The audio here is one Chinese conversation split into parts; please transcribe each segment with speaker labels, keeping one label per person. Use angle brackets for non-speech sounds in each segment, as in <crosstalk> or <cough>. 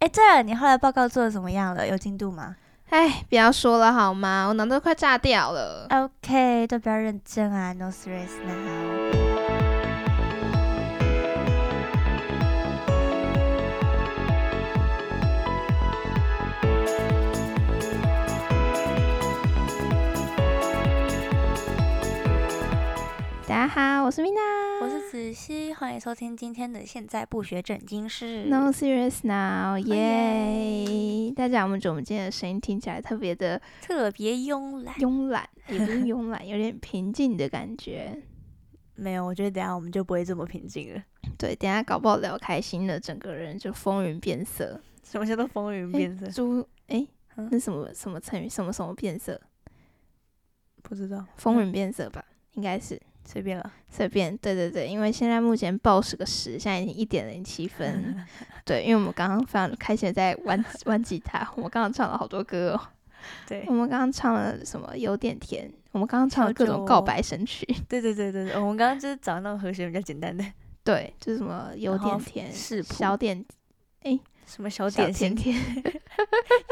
Speaker 1: 哎，对了，你后来报告做的怎么样了？有进度吗
Speaker 2: 哎，不要说了好吗？我脑袋都快炸掉了。
Speaker 1: ？OK，都不要认真啊，No stress now。
Speaker 2: 大家好，我是 Mina，
Speaker 1: 我是子熙，欢迎收听今天的现在不学正经事。
Speaker 2: No serious
Speaker 1: Oh,
Speaker 2: now，
Speaker 1: 耶
Speaker 2: 耶！大家有没有觉得我们今天的声音听起来特别的
Speaker 1: 特别慵懒。
Speaker 2: 慵懒？也不是慵懒，有点平静的
Speaker 1: <laughs>
Speaker 2: 感觉。
Speaker 1: 没有，我觉得等一下我们就不会这么平静了，
Speaker 2: 对，等一下搞不好聊开心了，整个人就风云变色。
Speaker 1: 什么叫做风云变色？
Speaker 2: 猪，哎，
Speaker 1: 嗯
Speaker 2: 那什么什么成语？什么什么变色？
Speaker 1: 不知道，
Speaker 2: 风云变色吧，应该是
Speaker 1: 随便了。
Speaker 2: 随便。对对对，因为现在目前报是个十，现在已经一点零七分。
Speaker 1: 嗯
Speaker 2: 对，因为我们刚刚非常开心地在玩玩吉他，我们刚刚唱了好多歌哦。
Speaker 1: 对
Speaker 2: 我们刚刚唱了什么？有点甜。我们刚刚唱了各
Speaker 1: 小酒
Speaker 2: 种告白神曲， <laughs>
Speaker 1: 对对对对对，我们刚刚就是找那种和弦比较简单的，
Speaker 2: 对，就是什么有
Speaker 1: 然后
Speaker 2: 点甜，
Speaker 1: 视谱
Speaker 2: 小点
Speaker 1: 什么小
Speaker 2: 小
Speaker 1: 点心，
Speaker 2: 甜甜，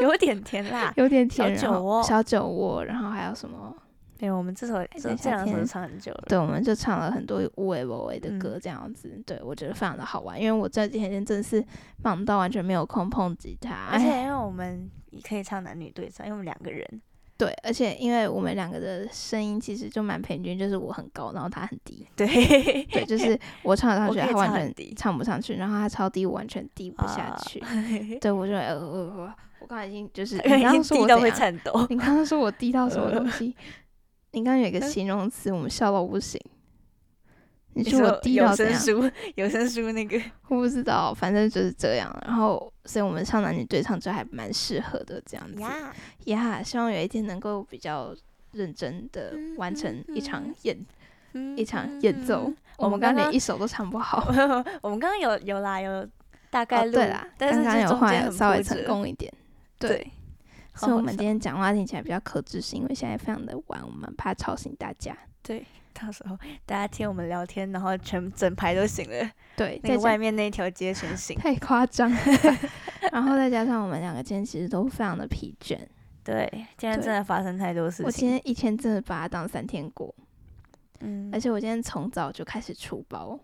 Speaker 1: 有点甜啦。
Speaker 2: 有点甜，
Speaker 1: 小
Speaker 2: 然
Speaker 1: 酒
Speaker 2: 后
Speaker 1: 窝
Speaker 2: 小酒窝，然后还有什么？
Speaker 1: 没有，我们这首这
Speaker 2: 等一
Speaker 1: 这
Speaker 2: 下
Speaker 1: 两首都
Speaker 2: 天
Speaker 1: 唱很久了。
Speaker 2: 对，我们就唱了很多无为不为的
Speaker 1: 嗯
Speaker 2: 歌，这样子，对我觉得非常的好玩，因为我这几天真的是忙到完全没有空碰吉他，
Speaker 1: 而且
Speaker 2: 哎
Speaker 1: 因为我们也可以唱男女对唱，因为我们两个人，
Speaker 2: 对，而且因为我们两个的声音其实就蛮平均，就是我很高，然后他很低，
Speaker 1: <laughs> 对，
Speaker 2: 对，就是我唱得上
Speaker 1: 我
Speaker 2: 去，
Speaker 1: 可以
Speaker 2: 他完
Speaker 1: 唱很低
Speaker 2: 全唱不上去，然后他超低，我完全低不下
Speaker 1: 啊
Speaker 2: 去，对我就呃呃呃，我刚才已经
Speaker 1: <laughs>
Speaker 2: 就是
Speaker 1: 已
Speaker 2: 你刚
Speaker 1: 经
Speaker 2: 刚说
Speaker 1: 低
Speaker 2: 我
Speaker 1: 到
Speaker 2: 怎
Speaker 1: 会
Speaker 2: 样？
Speaker 1: 颤抖。呃
Speaker 2: 你刚刚说我低到什么东西？你刚刚有一
Speaker 1: 嗯
Speaker 2: 个形容词，我们笑到不行。你说我低
Speaker 1: 有
Speaker 2: 到怎
Speaker 1: 声
Speaker 2: 样？
Speaker 1: 书，有声书那
Speaker 2: <laughs>
Speaker 1: 个，
Speaker 2: 我不知道，反正就是这样。然后，所以我们唱男女对唱就还蛮适合的这样子。呀、
Speaker 1: 呀，
Speaker 2: 希望有一天能够比较认真的
Speaker 1: 嗯
Speaker 2: 完成一场
Speaker 1: 嗯
Speaker 2: 演、一场演奏。
Speaker 1: 嗯。
Speaker 2: 我
Speaker 1: 我们
Speaker 2: 们刚
Speaker 1: 刚
Speaker 2: 刚
Speaker 1: 刚
Speaker 2: 连一首都唱不好。
Speaker 1: 我们刚刚有有啦，有大概
Speaker 2: 哦、
Speaker 1: 录，
Speaker 2: 对啦，
Speaker 1: 但是
Speaker 2: 刚刚
Speaker 1: 就
Speaker 2: 有
Speaker 1: 中
Speaker 2: 话
Speaker 1: 间
Speaker 2: 有
Speaker 1: 很
Speaker 2: 稍微
Speaker 1: 波折
Speaker 2: 成，功一
Speaker 1: <laughs>
Speaker 2: 点。
Speaker 1: 对。
Speaker 2: 所以我们今
Speaker 1: 天
Speaker 2: 天讲话听起来比较克制，是因为现在非常的晚，我们怕吵醒大家。
Speaker 1: 到时候大家听我们聊天，然后全整排都醒了，
Speaker 2: 对，
Speaker 1: 那个
Speaker 2: 再
Speaker 1: 外
Speaker 2: 加
Speaker 1: 面那一条街全醒。
Speaker 2: <laughs> 太夸张了。 <laughs> 然后再加上我们两个今天其实都非常的疲倦，
Speaker 1: 对，今天
Speaker 2: 对
Speaker 1: 真的发生太多事
Speaker 2: 我今
Speaker 1: 情。
Speaker 2: 天一天真的把它当三天过，
Speaker 1: 嗯
Speaker 2: 而且我今天从早就开始出包，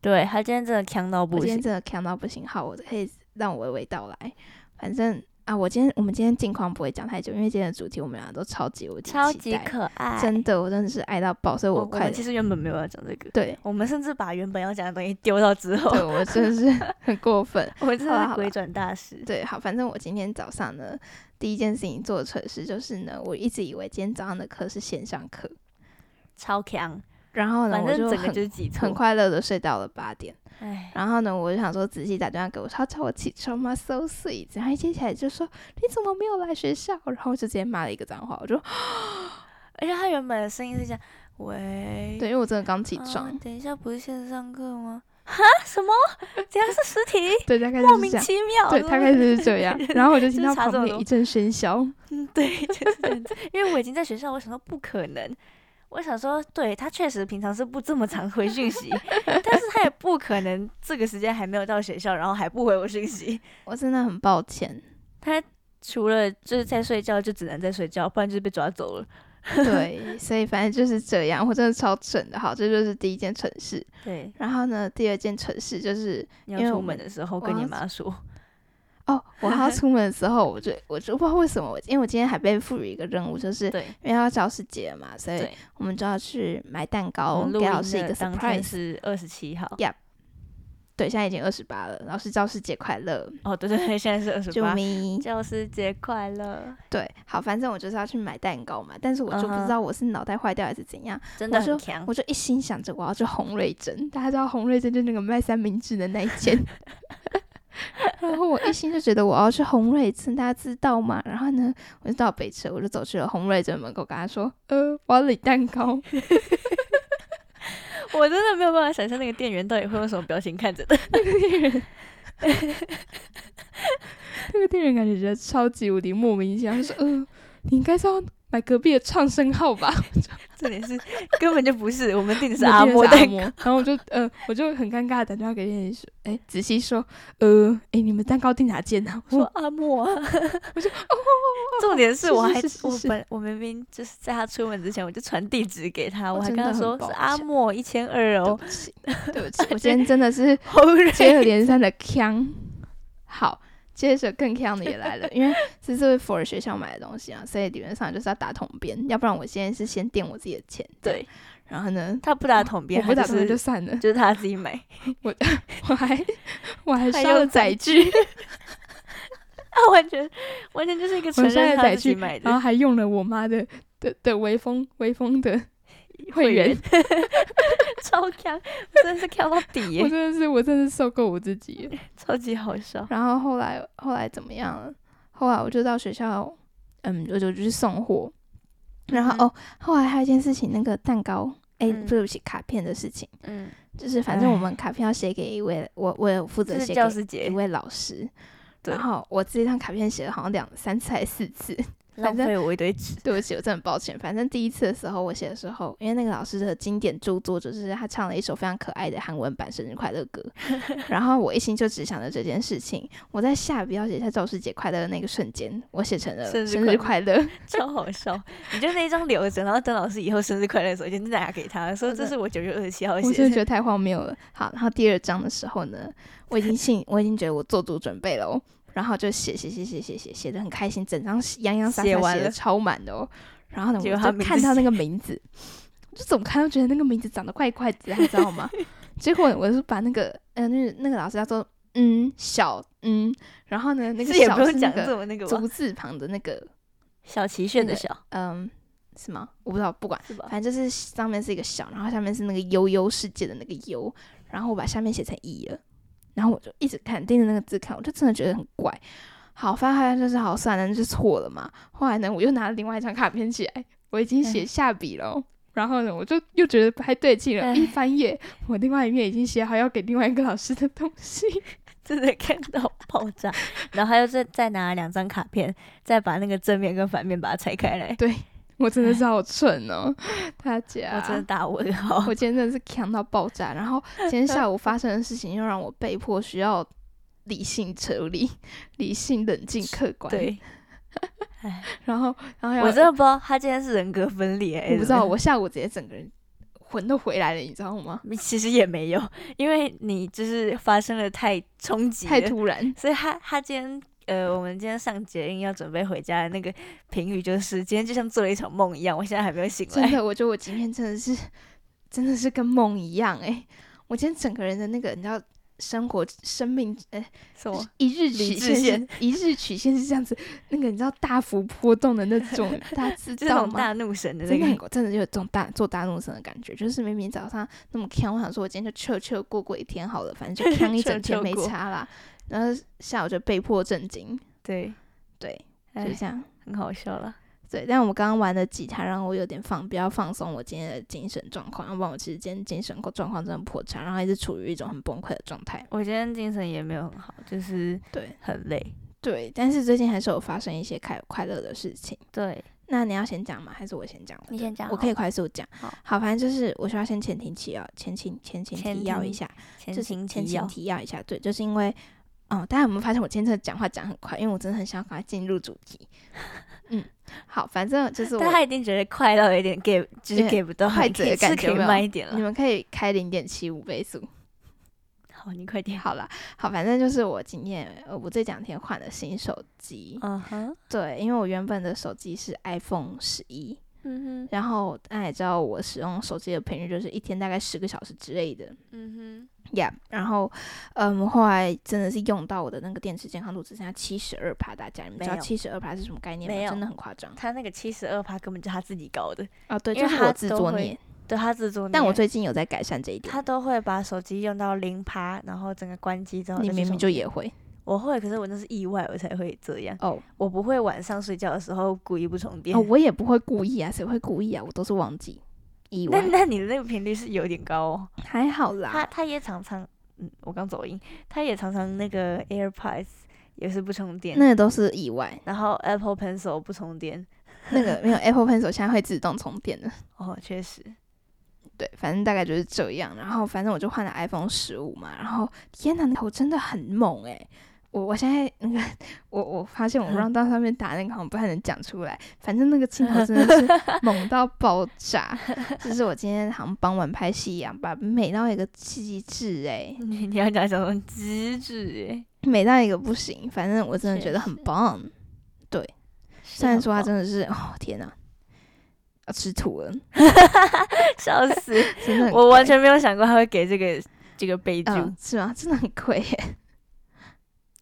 Speaker 1: 对他今天真的强到
Speaker 2: 我
Speaker 1: 不
Speaker 2: 今天
Speaker 1: 行。
Speaker 2: 真的扛到不行。好，我可以让我娓娓道来。反正啊，我今天我们今天近况不会讲太久，因为今天的主题我们俩都超级无敌
Speaker 1: 超
Speaker 2: 期
Speaker 1: 级
Speaker 2: 待
Speaker 1: 可爱，
Speaker 2: 真的，我真的是爱到爆，所以
Speaker 1: 我
Speaker 2: 我
Speaker 1: 我
Speaker 2: 快
Speaker 1: 们其实原本没有要讲这个，
Speaker 2: 对。
Speaker 1: 我们甚至把原本要讲的东西丢到之后，
Speaker 2: 对，我真的是
Speaker 1: <laughs>
Speaker 2: 很过分。
Speaker 1: 我们真
Speaker 2: 好啦
Speaker 1: 的
Speaker 2: 好
Speaker 1: 是
Speaker 2: 啦
Speaker 1: 鬼转大师。
Speaker 2: 对，好，反正我今天早上呢，第一件事情做的蠢事就是呢，我一直以为今天早上的课是线上课，
Speaker 1: 超强，
Speaker 2: 然后呢，
Speaker 1: 反
Speaker 2: 我
Speaker 1: 正
Speaker 2: 就
Speaker 1: 整个
Speaker 2: 很
Speaker 1: 就是挤错
Speaker 2: 很。快乐的睡到了八点。
Speaker 1: 哎，
Speaker 2: 然后呢，我就想说仔细打电话给我，他叫我起床吗？So sweet。然后一接起来就说你怎么没有来学校？然后我就直接骂了一个脏话，我就
Speaker 1: 而且他原本的声音是这样，喂，
Speaker 2: 对，因为我真的刚起
Speaker 1: 啊
Speaker 2: 床， <laughs>
Speaker 1: 等一下不是线上课吗？哈，什 <laughs> 么？这样是 <laughs> 实体？
Speaker 2: 对，大概
Speaker 1: 莫
Speaker 2: 就是
Speaker 1: 名
Speaker 2: 这样。
Speaker 1: 其妙。
Speaker 2: 对，大概就是这
Speaker 1: <laughs>
Speaker 2: 样。然后我就听
Speaker 1: 就是
Speaker 2: 到
Speaker 1: 差这
Speaker 2: 旁
Speaker 1: 么
Speaker 2: 边
Speaker 1: 多
Speaker 2: 一阵喧嚣，
Speaker 1: 嗯， <laughs> 对，就是这样子。因为我已经在学校，我想说不可能。我想说，对他确实平常是不这么常回讯息， <laughs> 但是他也不可能这个时间还没有到学校，然后还不回我讯息。 <laughs>
Speaker 2: 我真的很抱歉。
Speaker 1: 他除了就是在睡觉，就只能在睡觉，不然就是被抓走了。 <laughs>
Speaker 2: 对，所以反正就是这样，我真的超蠢的。好，这就是第一件蠢事。
Speaker 1: 对，
Speaker 2: 然后呢，第二件蠢事就是
Speaker 1: 你要
Speaker 2: 因为
Speaker 1: 出
Speaker 2: 我
Speaker 1: 门
Speaker 2: 们
Speaker 1: 的时候
Speaker 2: 我
Speaker 1: 跟你
Speaker 2: 要
Speaker 1: 妈说，
Speaker 2: 哦，我
Speaker 1: <laughs>
Speaker 2: 还要出门的时候，我就我就不知道为什么，我因为我今天还被赋予一个任务，就是
Speaker 1: 对
Speaker 2: 因为要教师节嘛，所以
Speaker 1: 对，
Speaker 2: 我们就要去买蛋糕
Speaker 1: 我们嗯录
Speaker 2: 给老
Speaker 1: 音
Speaker 2: 师一
Speaker 1: 的
Speaker 2: 个
Speaker 1: 当天
Speaker 2: surprise。
Speaker 1: 是二十七号。
Speaker 2: 对，现在已经二十八了，老师教师节快乐，
Speaker 1: 哦，对对对，现在是二十
Speaker 2: 救
Speaker 1: 八。
Speaker 2: 命！
Speaker 1: 教师节快乐！
Speaker 2: 对，好，反正我就是要去买蛋糕嘛，但是我就不
Speaker 1: 嗯哼
Speaker 2: 知道我是脑袋坏掉还是怎样，
Speaker 1: 真
Speaker 2: 我
Speaker 1: 的很
Speaker 2: 就
Speaker 1: 强，
Speaker 2: 我就一心想着我要去红瑞珍，大家知道红瑞珍就那个卖三明治的那一 <laughs> 间。然后我一心就觉得我要去红瑞珍，大家知道吗？然后呢，我就到北车，我就走去了红瑞珍门口，跟他说：“呃，我要领蛋糕。”
Speaker 1: 我真的没有办法想象那个店员到底会用什么表情看着的。 <laughs>
Speaker 2: 那个店员感觉觉得超级无敌莫名其妙，他说：“呃，你应该是要买隔壁的创生号 <laughs> 吧。
Speaker 1: 重点是根本就不是，我们订的是
Speaker 2: 我
Speaker 1: 阿
Speaker 2: 记得
Speaker 1: 嬷
Speaker 2: 阿
Speaker 1: 蛋糕。
Speaker 2: 嬷然后我就呃，我就很尴尬的打电话给店员说，哎、子熙说，呃，哎、你们蛋糕订哪件呢、啊？我
Speaker 1: 说
Speaker 2: 说
Speaker 1: 阿嬷啊，
Speaker 2: 我就哦，
Speaker 1: <laughs> 重点
Speaker 2: 是
Speaker 1: 是我还
Speaker 2: 是是
Speaker 1: 我
Speaker 2: 是
Speaker 1: 本我明明就是在他出门之前我就传地址给他，
Speaker 2: 我
Speaker 1: 我还
Speaker 2: 哦真
Speaker 1: 跟
Speaker 2: 的
Speaker 1: 他
Speaker 2: 很
Speaker 1: 说
Speaker 2: 抱
Speaker 1: 是阿
Speaker 2: 歉
Speaker 1: 嬷一千二
Speaker 2: 对
Speaker 1: 哦，
Speaker 2: 不起， <laughs> 对不起，我今天真的是
Speaker 1: 好
Speaker 2: 接二
Speaker 1: 累。
Speaker 2: 连三的呛。好，接着更呛的也来了，因为这是 for 学校买的东西啊，所以理论上就是要打统编，要不然我现在是先垫我自己的钱。这样，
Speaker 1: 对
Speaker 2: 然后呢，
Speaker 1: <laughs> 他不打统
Speaker 2: 我
Speaker 1: 编，
Speaker 2: 不打
Speaker 1: 他就
Speaker 2: 统编就是算 <laughs> 了，
Speaker 1: 就是他自己买。
Speaker 2: 我还我还
Speaker 1: 还
Speaker 2: 烧
Speaker 1: 用
Speaker 2: 了载具，
Speaker 1: 他 <laughs> 完全完全就是一个承
Speaker 2: 我烧
Speaker 1: 认
Speaker 2: 了
Speaker 1: 他
Speaker 2: 载
Speaker 1: 自己
Speaker 2: 具，
Speaker 1: 买
Speaker 2: <laughs> 然后
Speaker 1: 的
Speaker 2: 还用了我妈的的的微风微风的会
Speaker 1: 会
Speaker 2: 员
Speaker 1: 员，， <laughs> 超强，真的是看到底
Speaker 2: <laughs> 我
Speaker 1: 耶，
Speaker 2: 真的是我真的是受够我自己了。
Speaker 1: 超级好笑。
Speaker 2: 然后后来后来怎么样了？后来我就到学校，嗯，我就去送货。然后、
Speaker 1: 嗯哼
Speaker 2: 哦，后来还有一件事情，那个蛋糕，哎、
Speaker 1: 嗯
Speaker 2: 对不起，卡片的事情，
Speaker 1: 嗯，
Speaker 2: 就是反正我
Speaker 1: 唉
Speaker 2: 们卡片要写给一位，我我有负责
Speaker 1: 这是
Speaker 2: 写
Speaker 1: 教
Speaker 2: 给
Speaker 1: 师
Speaker 2: 一
Speaker 1: 节，
Speaker 2: 位老师。
Speaker 1: 对
Speaker 2: 然后我这张卡片写了好像两三次还是四次，
Speaker 1: 浪
Speaker 2: 反正
Speaker 1: 费我一堆
Speaker 2: <laughs>
Speaker 1: 纸。
Speaker 2: 对不起，我真的很抱歉。反正第一次的时候，我写的时候，因为那个老师的经典著作就是他唱了一首非常可爱的韩文版生日快乐歌，然后我一心就只想着这件事情。我在下笔要写下教师节快乐的那个瞬间，我写成了
Speaker 1: 生日
Speaker 2: 生日快乐。
Speaker 1: 超好笑！你就那一张留着，然后等老师以后生日快乐的时候，就拿给他说：“
Speaker 2: 我的
Speaker 1: 这是我九月二十七号
Speaker 2: 我真
Speaker 1: 写
Speaker 2: 的觉
Speaker 1: <laughs> 的。
Speaker 2: 得太荒谬了。好，然后第二章的时候呢，
Speaker 1: <laughs>
Speaker 2: 我已经信，我已经觉得我做足准备了哦，然后就写写写写写写写的很开心，整张洋洋洒
Speaker 1: 写
Speaker 2: 洒
Speaker 1: 完
Speaker 2: 写的
Speaker 1: 了
Speaker 2: 超满
Speaker 1: <laughs>
Speaker 2: 的哦。然后呢，我
Speaker 1: 结果他
Speaker 2: 就
Speaker 1: 名字
Speaker 2: 看到那个名字，我就总看到觉得那个名字长得怪怪的，你知道
Speaker 1: <laughs>
Speaker 2: 吗？结果我是把那个呃那个那个老师叫做嗯小嗯，然后呢那”个
Speaker 1: 这也
Speaker 2: 小
Speaker 1: 不
Speaker 2: 是
Speaker 1: 用
Speaker 2: 那
Speaker 1: 讲这
Speaker 2: 个
Speaker 1: 么那啊个吧
Speaker 2: 竹，字旁的那个
Speaker 1: 小齐炫
Speaker 2: 那
Speaker 1: 的
Speaker 2: 个
Speaker 1: 小
Speaker 2: 嗯什么我不知道，不管。
Speaker 1: 是吧？
Speaker 2: 反正就是上面是一个小，然后下面是那个悠悠世界的那个悠，然后我把下面写成一了，然后我就一直看盯着那个字看，我就真的觉得很怪。好，反正后来就是好算了，那就错了嘛。后来呢，我又拿了另外一张卡片起来，我已经
Speaker 1: 嗯
Speaker 2: 写下笔了哦。然后呢，我就又觉得不太对劲了。
Speaker 1: 哎
Speaker 2: 一翻页，我另外一面已经写好要给另外一个老师的东西。 <laughs>
Speaker 1: 真的看到爆炸，然后他又再再拿两张卡片，再把那个正面跟反面把它拆开来，
Speaker 2: 我真的是好蠢哦，大家。
Speaker 1: 哎我真的打问号
Speaker 2: 我。今天真的是强到爆炸。然后今天下午发生的事情又让我被迫需要理性处理、理性冷静客观。， <laughs>
Speaker 1: 对，
Speaker 2: 然后然 <laughs> 后要
Speaker 1: 我真的不知道他今天是人格分裂、欸，
Speaker 2: 我不知道，我下午直接整个人魂都回来了，你知道吗？
Speaker 1: <laughs> 其实也没有，因为你就是发生了太冲击了，
Speaker 2: 太突然， <laughs>
Speaker 1: 所以他他今天呃，我们今天上捷运要准备回家的那个评语就是，今天就像做了一场梦一样，我现在还没有醒
Speaker 2: 真
Speaker 1: 来。
Speaker 2: 的，我觉得我今天真的是真的是跟梦一样哎、我今天整个人的那个你知道。生活、生命，哎、
Speaker 1: 什么？
Speaker 2: 一日
Speaker 1: 理
Speaker 2: 曲
Speaker 1: 智
Speaker 2: 线是，一日曲线是这样子，那个你知道大幅波动的那种，
Speaker 1: <laughs>
Speaker 2: 大家知
Speaker 1: 就是那
Speaker 2: 道
Speaker 1: 种
Speaker 2: 吗？
Speaker 1: 大怒神的那
Speaker 2: 真的很
Speaker 1: 个，
Speaker 2: 过，真的有种大做大怒神的感觉，就是明明早上那么强，我想说我今天就悄悄过过一天好了，反正就强一整天
Speaker 1: 悄
Speaker 2: 没
Speaker 1: 过
Speaker 2: 差啦。然后下午就被迫震惊，
Speaker 1: 对，
Speaker 2: 对，就
Speaker 1: 哎
Speaker 2: 是这样。
Speaker 1: 很好笑了。
Speaker 2: 对，但我们刚刚玩的吉他让我有点放，比较放松我今天的精神状况，要不然我其实今天精神状况真的破产，然后一直处于一种很崩溃的状态。
Speaker 1: 我今天精神也没有很好，就是
Speaker 2: 对
Speaker 1: 很累。
Speaker 2: 对，但是最近还是有发生一些开快乐的事情。
Speaker 1: 对，
Speaker 2: 那你要先讲吗？还是我先讲？
Speaker 1: 你先讲
Speaker 2: 我可以快速讲。
Speaker 1: 好
Speaker 2: 反正就是我需要先前庭提要，前情前情
Speaker 1: 前
Speaker 2: 提要一
Speaker 1: 情
Speaker 2: 下，
Speaker 1: 前
Speaker 2: 就是
Speaker 1: 情
Speaker 2: 前
Speaker 1: 提
Speaker 2: 情
Speaker 1: 要，
Speaker 2: 提要一下，对，就是因为，哦，大家有没有发现我今天真的讲话讲很快？因为我真的很想赶快进入主
Speaker 1: <laughs>
Speaker 2: 题。嗯，好，反正就是
Speaker 1: 但
Speaker 2: 我，
Speaker 1: 他一定觉得快到有点 get，就是
Speaker 2: 有点
Speaker 1: get 不到，
Speaker 2: 快
Speaker 1: 你可
Speaker 2: 嘴的
Speaker 1: 以
Speaker 2: 感
Speaker 1: 是
Speaker 2: 觉
Speaker 1: 可以
Speaker 2: 有没有
Speaker 1: 慢一点
Speaker 2: 你
Speaker 1: 了。
Speaker 2: 们可以开零点七五倍速。
Speaker 1: 好，你快点。
Speaker 2: 好啦，好，反正就是我今天，呃我这两天换了新手机，
Speaker 1: 嗯哼，
Speaker 2: 对，因为我原本的手机是 iPhone 十一，
Speaker 1: 嗯哼，
Speaker 2: 然后大家也知道我使用手机的频率就是一天大概十个小时之类的。
Speaker 1: 嗯
Speaker 2: 呀、然后，嗯，后来真的是用到我的那个电池健康度只剩下七十二帕，大家你们知道
Speaker 1: 没有
Speaker 2: 七十二帕是什么概念
Speaker 1: 没
Speaker 2: 吗？
Speaker 1: 有
Speaker 2: 真的很夸张
Speaker 1: 哼，他那个七十二趴根本就他自己搞的，
Speaker 2: 啊！对，
Speaker 1: 哦因
Speaker 2: 就
Speaker 1: 为
Speaker 2: 是
Speaker 1: 它
Speaker 2: 我自
Speaker 1: 都
Speaker 2: 作
Speaker 1: 会
Speaker 2: 孽，
Speaker 1: 对他自作孽。
Speaker 2: 但我最近有在改善这一点。
Speaker 1: 他都会把手机用到零趴，然后整个关机之后再
Speaker 2: 你
Speaker 1: 去
Speaker 2: 明明
Speaker 1: 充
Speaker 2: 就
Speaker 1: 电
Speaker 2: 也会
Speaker 1: 我会，可是我那是意外，我才会这样。
Speaker 2: 哦
Speaker 1: 我不会晚上睡觉的时候故意不充电。
Speaker 2: 哦，我也不会故意啊，谁会故意啊？我都是忘记意
Speaker 1: 那
Speaker 2: 外，
Speaker 1: 那你的那个频率是有点高哦。
Speaker 2: 还好
Speaker 1: 他
Speaker 2: 啦。
Speaker 1: 他也常常，嗯，我刚走音，他也常常那个 AirPods 也是不充电，
Speaker 2: 那都是意外，
Speaker 1: 然后 Apple Pencil 不充电，
Speaker 2: 那个没有 Apple Pencil 现在会自动充电的。
Speaker 1: 哦，确实， <laughs>
Speaker 2: 对，反正大概就是这样。然后反正我就换了 iPhone 十五嘛，然后天哪，那头真的很猛诶、我我现在那个，我我发现我
Speaker 1: 嗯
Speaker 2: 让到上面打那个好像不太能讲出来，反正那个镜头真的
Speaker 1: <laughs>
Speaker 2: 是猛到爆炸。就是我今天好像傍晚拍戏一样吧，美到一个极致诶、
Speaker 1: 你你要讲什么机智哎？
Speaker 2: 美到一个不行。反正我真的觉得很
Speaker 1: 确实
Speaker 2: 棒。虽然说它
Speaker 1: 他
Speaker 2: 真的是，哦天哪，要吃土了，
Speaker 1: <laughs> 笑死，
Speaker 2: 真的很
Speaker 1: 我完
Speaker 2: 贵
Speaker 1: 全没有想过他会给这个这个备注，
Speaker 2: 嗯是吗？真的很贵耶。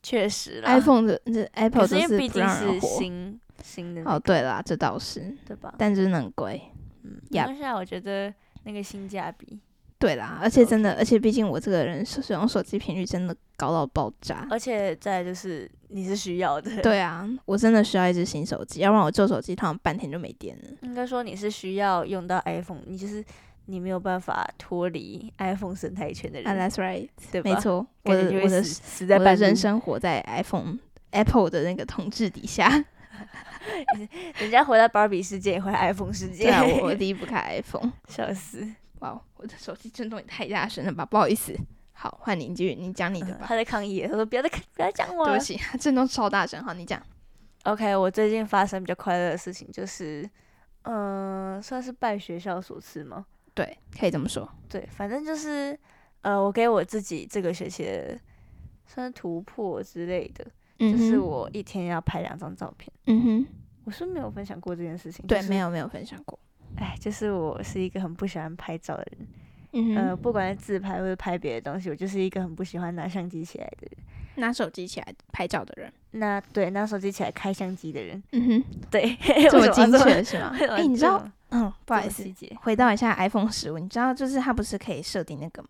Speaker 1: 确实啦
Speaker 2: iPhone 的这
Speaker 1: 可
Speaker 2: Apple
Speaker 1: 是
Speaker 2: 都
Speaker 1: 因为毕
Speaker 2: 不
Speaker 1: 竟
Speaker 2: 让人
Speaker 1: 是
Speaker 2: 活。
Speaker 1: 新嗯新的那
Speaker 2: 哦，对啦，这倒是，
Speaker 1: 对吧？
Speaker 2: 但真的很贵。
Speaker 1: 嗯，
Speaker 2: 呀
Speaker 1: 当下我觉得那个性价比，
Speaker 2: 对啦，而且真的而且毕竟我这个人使使用手机频率真的高到爆炸。
Speaker 1: 而且再来就是你是需要的，，
Speaker 2: 对啊，我真的需要一只新手机，要不然我旧手机通常半天就没电了。
Speaker 1: <laughs> 应该说你是需要用到 iPhone，你就是你没有办法脱离 iPhone 生态圈的
Speaker 2: 啊
Speaker 1: 人，
Speaker 2: ，That's right，
Speaker 1: 对吧？
Speaker 2: 没，错，我
Speaker 1: 感觉
Speaker 2: 的
Speaker 1: 就
Speaker 2: 我
Speaker 1: 会
Speaker 2: 的
Speaker 1: 死死在
Speaker 2: 我的
Speaker 1: 半路
Speaker 2: 人，生活在 iPhone Apple 的那个统治底
Speaker 1: <laughs>
Speaker 2: 下。
Speaker 1: 人家回到芭比世界，也回到 iPhone 世
Speaker 2: 对
Speaker 1: 界，<laughs>
Speaker 2: 啊，我我离不开 iPhone。
Speaker 1: 笑死。
Speaker 2: 哇哦，我的手机震动也太大声了吧，不好意思。好，换你，你继续，你讲你的
Speaker 1: 嗯啊
Speaker 2: 吧。
Speaker 1: 他在抗议，他说不要再看不要再讲我
Speaker 2: 对
Speaker 1: 了
Speaker 2: 不。起，震动超大声。好，你讲。
Speaker 1: OK，我最近发生比较快乐的事情就是，嗯、算是拜学校所赐吗？
Speaker 2: 对，可以这么说。
Speaker 1: 对，反正就是，呃，我给我自己这个学期的算是突破之类的，
Speaker 2: 嗯
Speaker 1: 就是
Speaker 2: 哼
Speaker 1: 我一天要拍两张照片。
Speaker 2: 嗯哼，
Speaker 1: 我是没有分享过这件事情，
Speaker 2: 对，没
Speaker 1: 有。
Speaker 2: 有没有分享过。
Speaker 1: 哎，就是我是一个很不喜欢拍照的人，
Speaker 2: 嗯
Speaker 1: 呃，不管是自拍或者拍别的东西，我就是一个很不喜欢拿相机起来的人。
Speaker 2: 拿手机起来拍照的人，
Speaker 1: 那对拿手机起来开相机的人，
Speaker 2: 嗯
Speaker 1: 对， <laughs>
Speaker 2: 哼，这
Speaker 1: 为
Speaker 2: 么
Speaker 1: 什
Speaker 2: 精
Speaker 1: 要
Speaker 2: 确是吗？
Speaker 1: 为什么
Speaker 2: 哎、
Speaker 1: 要
Speaker 2: 你知道
Speaker 1: 这，么
Speaker 2: 嗯，不好
Speaker 1: 这
Speaker 2: 意
Speaker 1: 么
Speaker 2: 思
Speaker 1: 细，节
Speaker 2: 回到一下 iPhone 十五，你知道，就是它不是可以设定那个吗？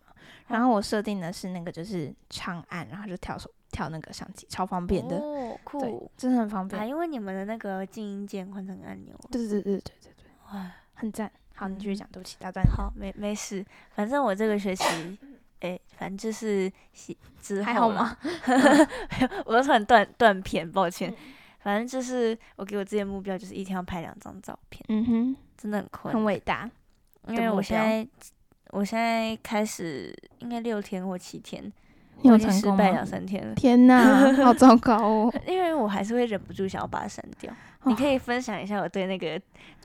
Speaker 2: 然后我设定的是那个，就是长按，然后就跳手跳那个相机，超方便的，
Speaker 1: 哦、
Speaker 2: 对
Speaker 1: 酷，
Speaker 2: 真的很方
Speaker 1: 啊！
Speaker 2: 便。
Speaker 1: 因为你们的那个静音键换成按钮，
Speaker 2: 对对对对对对对，
Speaker 1: 哎，
Speaker 2: 很赞。好，你继续讲，对不起，打断你。
Speaker 1: 好，没没事，反正我这个学期，哎、反正就是喜之后
Speaker 2: 还好
Speaker 1: 啦 <laughs>
Speaker 2: 吗？嗯
Speaker 1: 我又突然断断片，抱歉。反正就是我给我自己的目标，就是一天要拍两张照片，
Speaker 2: 嗯
Speaker 1: 真的很
Speaker 2: 哼，
Speaker 1: 困
Speaker 2: 很
Speaker 1: 难，
Speaker 2: 伟大。
Speaker 1: 因
Speaker 2: 的
Speaker 1: 为
Speaker 2: 目
Speaker 1: 我现
Speaker 2: 标
Speaker 1: 在。我现在开始应该六天或七天，
Speaker 2: 你
Speaker 1: 我
Speaker 2: 有
Speaker 1: 已经
Speaker 2: 成
Speaker 1: 失
Speaker 2: 功
Speaker 1: 败两
Speaker 2: 吗？
Speaker 1: 三天了， <laughs>
Speaker 2: 天哪，好糟糕 <laughs> 哦！
Speaker 1: 因为我还是会忍不住想要把它删掉。你可以分享一下我对那个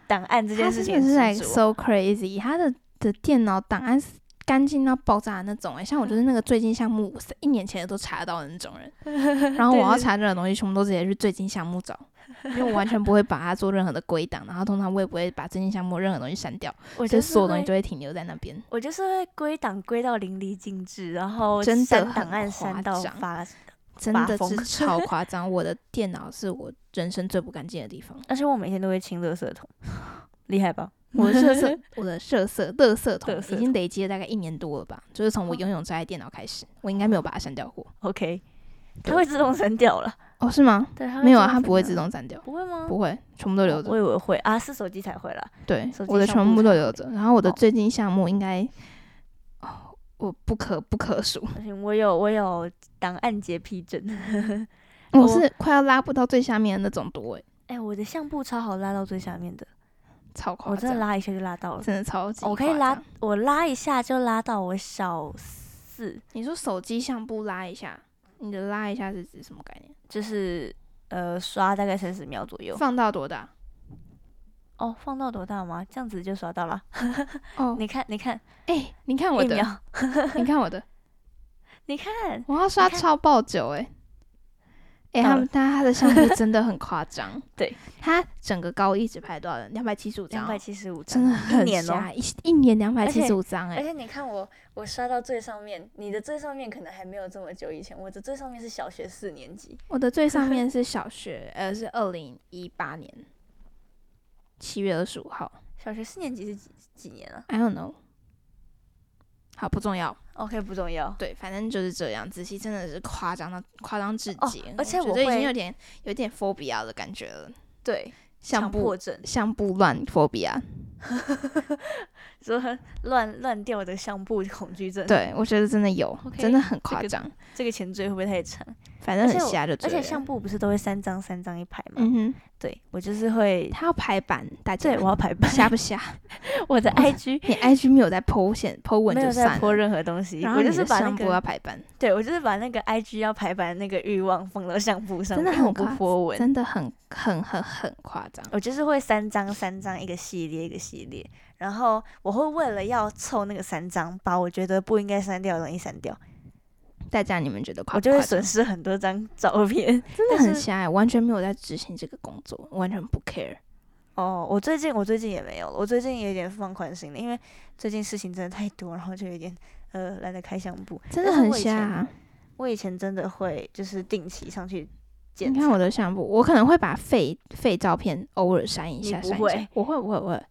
Speaker 1: 档案这
Speaker 2: 他
Speaker 1: 件事情
Speaker 2: 真的是
Speaker 1: 的
Speaker 2: like
Speaker 1: 执着
Speaker 2: so crazy，他的的电脑档案是干净到爆炸的那种、欸，像我就是
Speaker 1: 嗯
Speaker 2: 那个最近项目，我是一年前的都查得到的那种人，
Speaker 1: <laughs>
Speaker 2: 然后我要查任何东西，全部都直接去最近项目找，因为我完全不会把它做任何的归档，然后通常我也不会把最近项目任何东西删掉，
Speaker 1: 我
Speaker 2: 所
Speaker 1: 就
Speaker 2: 以
Speaker 1: 是
Speaker 2: 所有东
Speaker 1: 会
Speaker 2: 西都会停留在那边。
Speaker 1: 我就是会归档归到淋漓尽致，然后
Speaker 2: 真的
Speaker 1: 删
Speaker 2: 很
Speaker 1: 档案删
Speaker 2: 夸
Speaker 1: 到
Speaker 2: 张
Speaker 1: 发，
Speaker 2: 真
Speaker 1: 发
Speaker 2: 的是
Speaker 1: 疯
Speaker 2: 超
Speaker 1: <laughs>
Speaker 2: 夸张，我的电脑是我人生最不干净的地方。
Speaker 1: 而且我每天都会清垃圾桶， <laughs> 厉害吧？
Speaker 2: <laughs> 我的色色，我的色色，乐色桶
Speaker 1: 垃圾
Speaker 2: 已经累积了大概一年多了吧，就是从我
Speaker 1: 哦
Speaker 2: 拥有这台电脑开始，我应该没有把它删掉过。
Speaker 1: OK，它
Speaker 2: 对
Speaker 1: 会自动删掉了。
Speaker 2: 哦，是吗？
Speaker 1: 对，它
Speaker 2: <laughs> 没有啊，
Speaker 1: 动
Speaker 2: 它
Speaker 1: 删
Speaker 2: 不会
Speaker 1: 掉
Speaker 2: 自，动删掉，
Speaker 1: <laughs> 不会吗？
Speaker 2: 不会，全部都留
Speaker 1: 哦我
Speaker 2: 着。
Speaker 1: 以为会啊，是手机才会啦。
Speaker 2: 对
Speaker 1: 手，机
Speaker 2: 我的
Speaker 1: 上
Speaker 2: 全
Speaker 1: 不
Speaker 2: 部都
Speaker 1: 才
Speaker 2: 留
Speaker 1: 会
Speaker 2: 着。然后我的
Speaker 1: 哦
Speaker 2: 最近项目应该，哦，我不可不可数，
Speaker 1: 而且我有我有档案洁癖症。
Speaker 2: 我
Speaker 1: 我
Speaker 2: 是快要拉不到最下面的那种多哎，
Speaker 1: 哎，我的相簿超好拉到最下面的，
Speaker 2: 超夸
Speaker 1: 我真的
Speaker 2: 张，
Speaker 1: 拉一下就拉到了。
Speaker 2: 真的超级。
Speaker 1: 我可以拉，，我拉一下就拉到我小四，
Speaker 2: 你说手机相簿拉一下，你的拉一下是指什么概念？
Speaker 1: 就是呃刷大概三十秒左右。
Speaker 2: 放到多大？
Speaker 1: 哦，放到多大吗？这样子就刷到了。 <laughs>
Speaker 2: 哦，
Speaker 1: 你看，你看，
Speaker 2: 哎，你看我
Speaker 1: 一
Speaker 2: 的，
Speaker 1: 秒， <laughs>
Speaker 2: 你看我的，
Speaker 1: 你看，
Speaker 2: 我要刷
Speaker 1: 看
Speaker 2: 超爆久哎、哎、
Speaker 1: 到
Speaker 2: 他
Speaker 1: 了，
Speaker 2: 们他他的项目真的很夸张
Speaker 1: 对
Speaker 2: 他整个高一只拍多少人？两百七十五张
Speaker 1: 两
Speaker 2: 哦，
Speaker 1: 百七十五张，
Speaker 2: 真的
Speaker 1: 一
Speaker 2: 很
Speaker 1: 年哦
Speaker 2: 瞎，一一年两百
Speaker 1: 而
Speaker 2: 七
Speaker 1: 且
Speaker 2: 十五张
Speaker 1: 而
Speaker 2: 哎，
Speaker 1: 且你看我，我刷到最上面，你的最上面可能还没有这么久以前，我的最上面是小学四年级，
Speaker 2: 我的最上
Speaker 1: 哎
Speaker 2: 面是小学， <laughs> 呃，是二零一八年七月二十五号
Speaker 1: 小学四年级是几几年啊
Speaker 2: ，I don't know，好不重要，
Speaker 1: ？OK，不重要。
Speaker 2: 对，反正就是这样。子熙真的是夸张到夸张至
Speaker 1: 哦
Speaker 2: 极、
Speaker 1: 而且我
Speaker 2: 我觉得已经
Speaker 1: 会
Speaker 2: 有点有点 phobia 的感觉了，
Speaker 1: 对，
Speaker 2: 相
Speaker 1: 强嗯
Speaker 2: 簿
Speaker 1: 迫症，
Speaker 2: 相簿乱 phobia，
Speaker 1: <laughs> 说乱乱掉的相簿恐惧症，，
Speaker 2: 对，我觉得真的有
Speaker 1: OK，
Speaker 2: 真的很夸
Speaker 1: 这个
Speaker 2: 张，
Speaker 1: 这个前缀会不会太长？
Speaker 2: 反
Speaker 1: 而
Speaker 2: 正
Speaker 1: 且
Speaker 2: 很
Speaker 1: 我
Speaker 2: 瞎就对
Speaker 1: 而
Speaker 2: 了。
Speaker 1: 且相簿不是都会三张三张一排吗？
Speaker 2: 嗯哼，
Speaker 1: 对我就是会，
Speaker 2: 他要排版，大家
Speaker 1: 对我要排版，
Speaker 2: 瞎不瞎？ <laughs>
Speaker 1: 我的 IG
Speaker 2: 你 IG 没有在 po 现 po 文
Speaker 1: 没
Speaker 2: 就
Speaker 1: 有在
Speaker 2: 算
Speaker 1: 泼
Speaker 2: 了，
Speaker 1: 任何东西，
Speaker 2: 然后
Speaker 1: 我就
Speaker 2: 你
Speaker 1: 是
Speaker 2: 的
Speaker 1: 把那
Speaker 2: 相簿要
Speaker 1: 个
Speaker 2: 排版，
Speaker 1: 对我就是把那个 IG 要排版那个欲望放到相簿上，
Speaker 2: 真的
Speaker 1: 因为我
Speaker 2: 很
Speaker 1: 不
Speaker 2: 夸
Speaker 1: 泼文，
Speaker 2: 真的很很很很夸张。
Speaker 1: 我就是会三张三张一个系列一个系列，然后我会为了要凑那个三张，把我觉得不应该删掉的东西删掉，
Speaker 2: 大家你们觉得夸
Speaker 1: 我
Speaker 2: 不
Speaker 1: 就会
Speaker 2: 夸张
Speaker 1: 损？失很多张照片。
Speaker 2: <laughs> 真的
Speaker 1: 但
Speaker 2: 很
Speaker 1: 是
Speaker 2: 瞎、欸，完全没有在执行这个工作，完全不 care。
Speaker 1: 哦，我最近我最近也没有了，我最近也有点放宽心了，因为最近事情真的太多，然后就有点呃懒得开相簿。
Speaker 2: 真
Speaker 1: 但
Speaker 2: 的
Speaker 1: 是
Speaker 2: 很
Speaker 1: 我以前
Speaker 2: 瞎、啊。
Speaker 1: 我以前真的会就是定期上去检
Speaker 2: 你
Speaker 1: 查，
Speaker 2: 看我的相簿，我可能会把废废照片偶尔删一
Speaker 1: 你
Speaker 2: 下，
Speaker 1: 不
Speaker 2: 删一
Speaker 1: 会，
Speaker 2: 下。我会，我会，我会。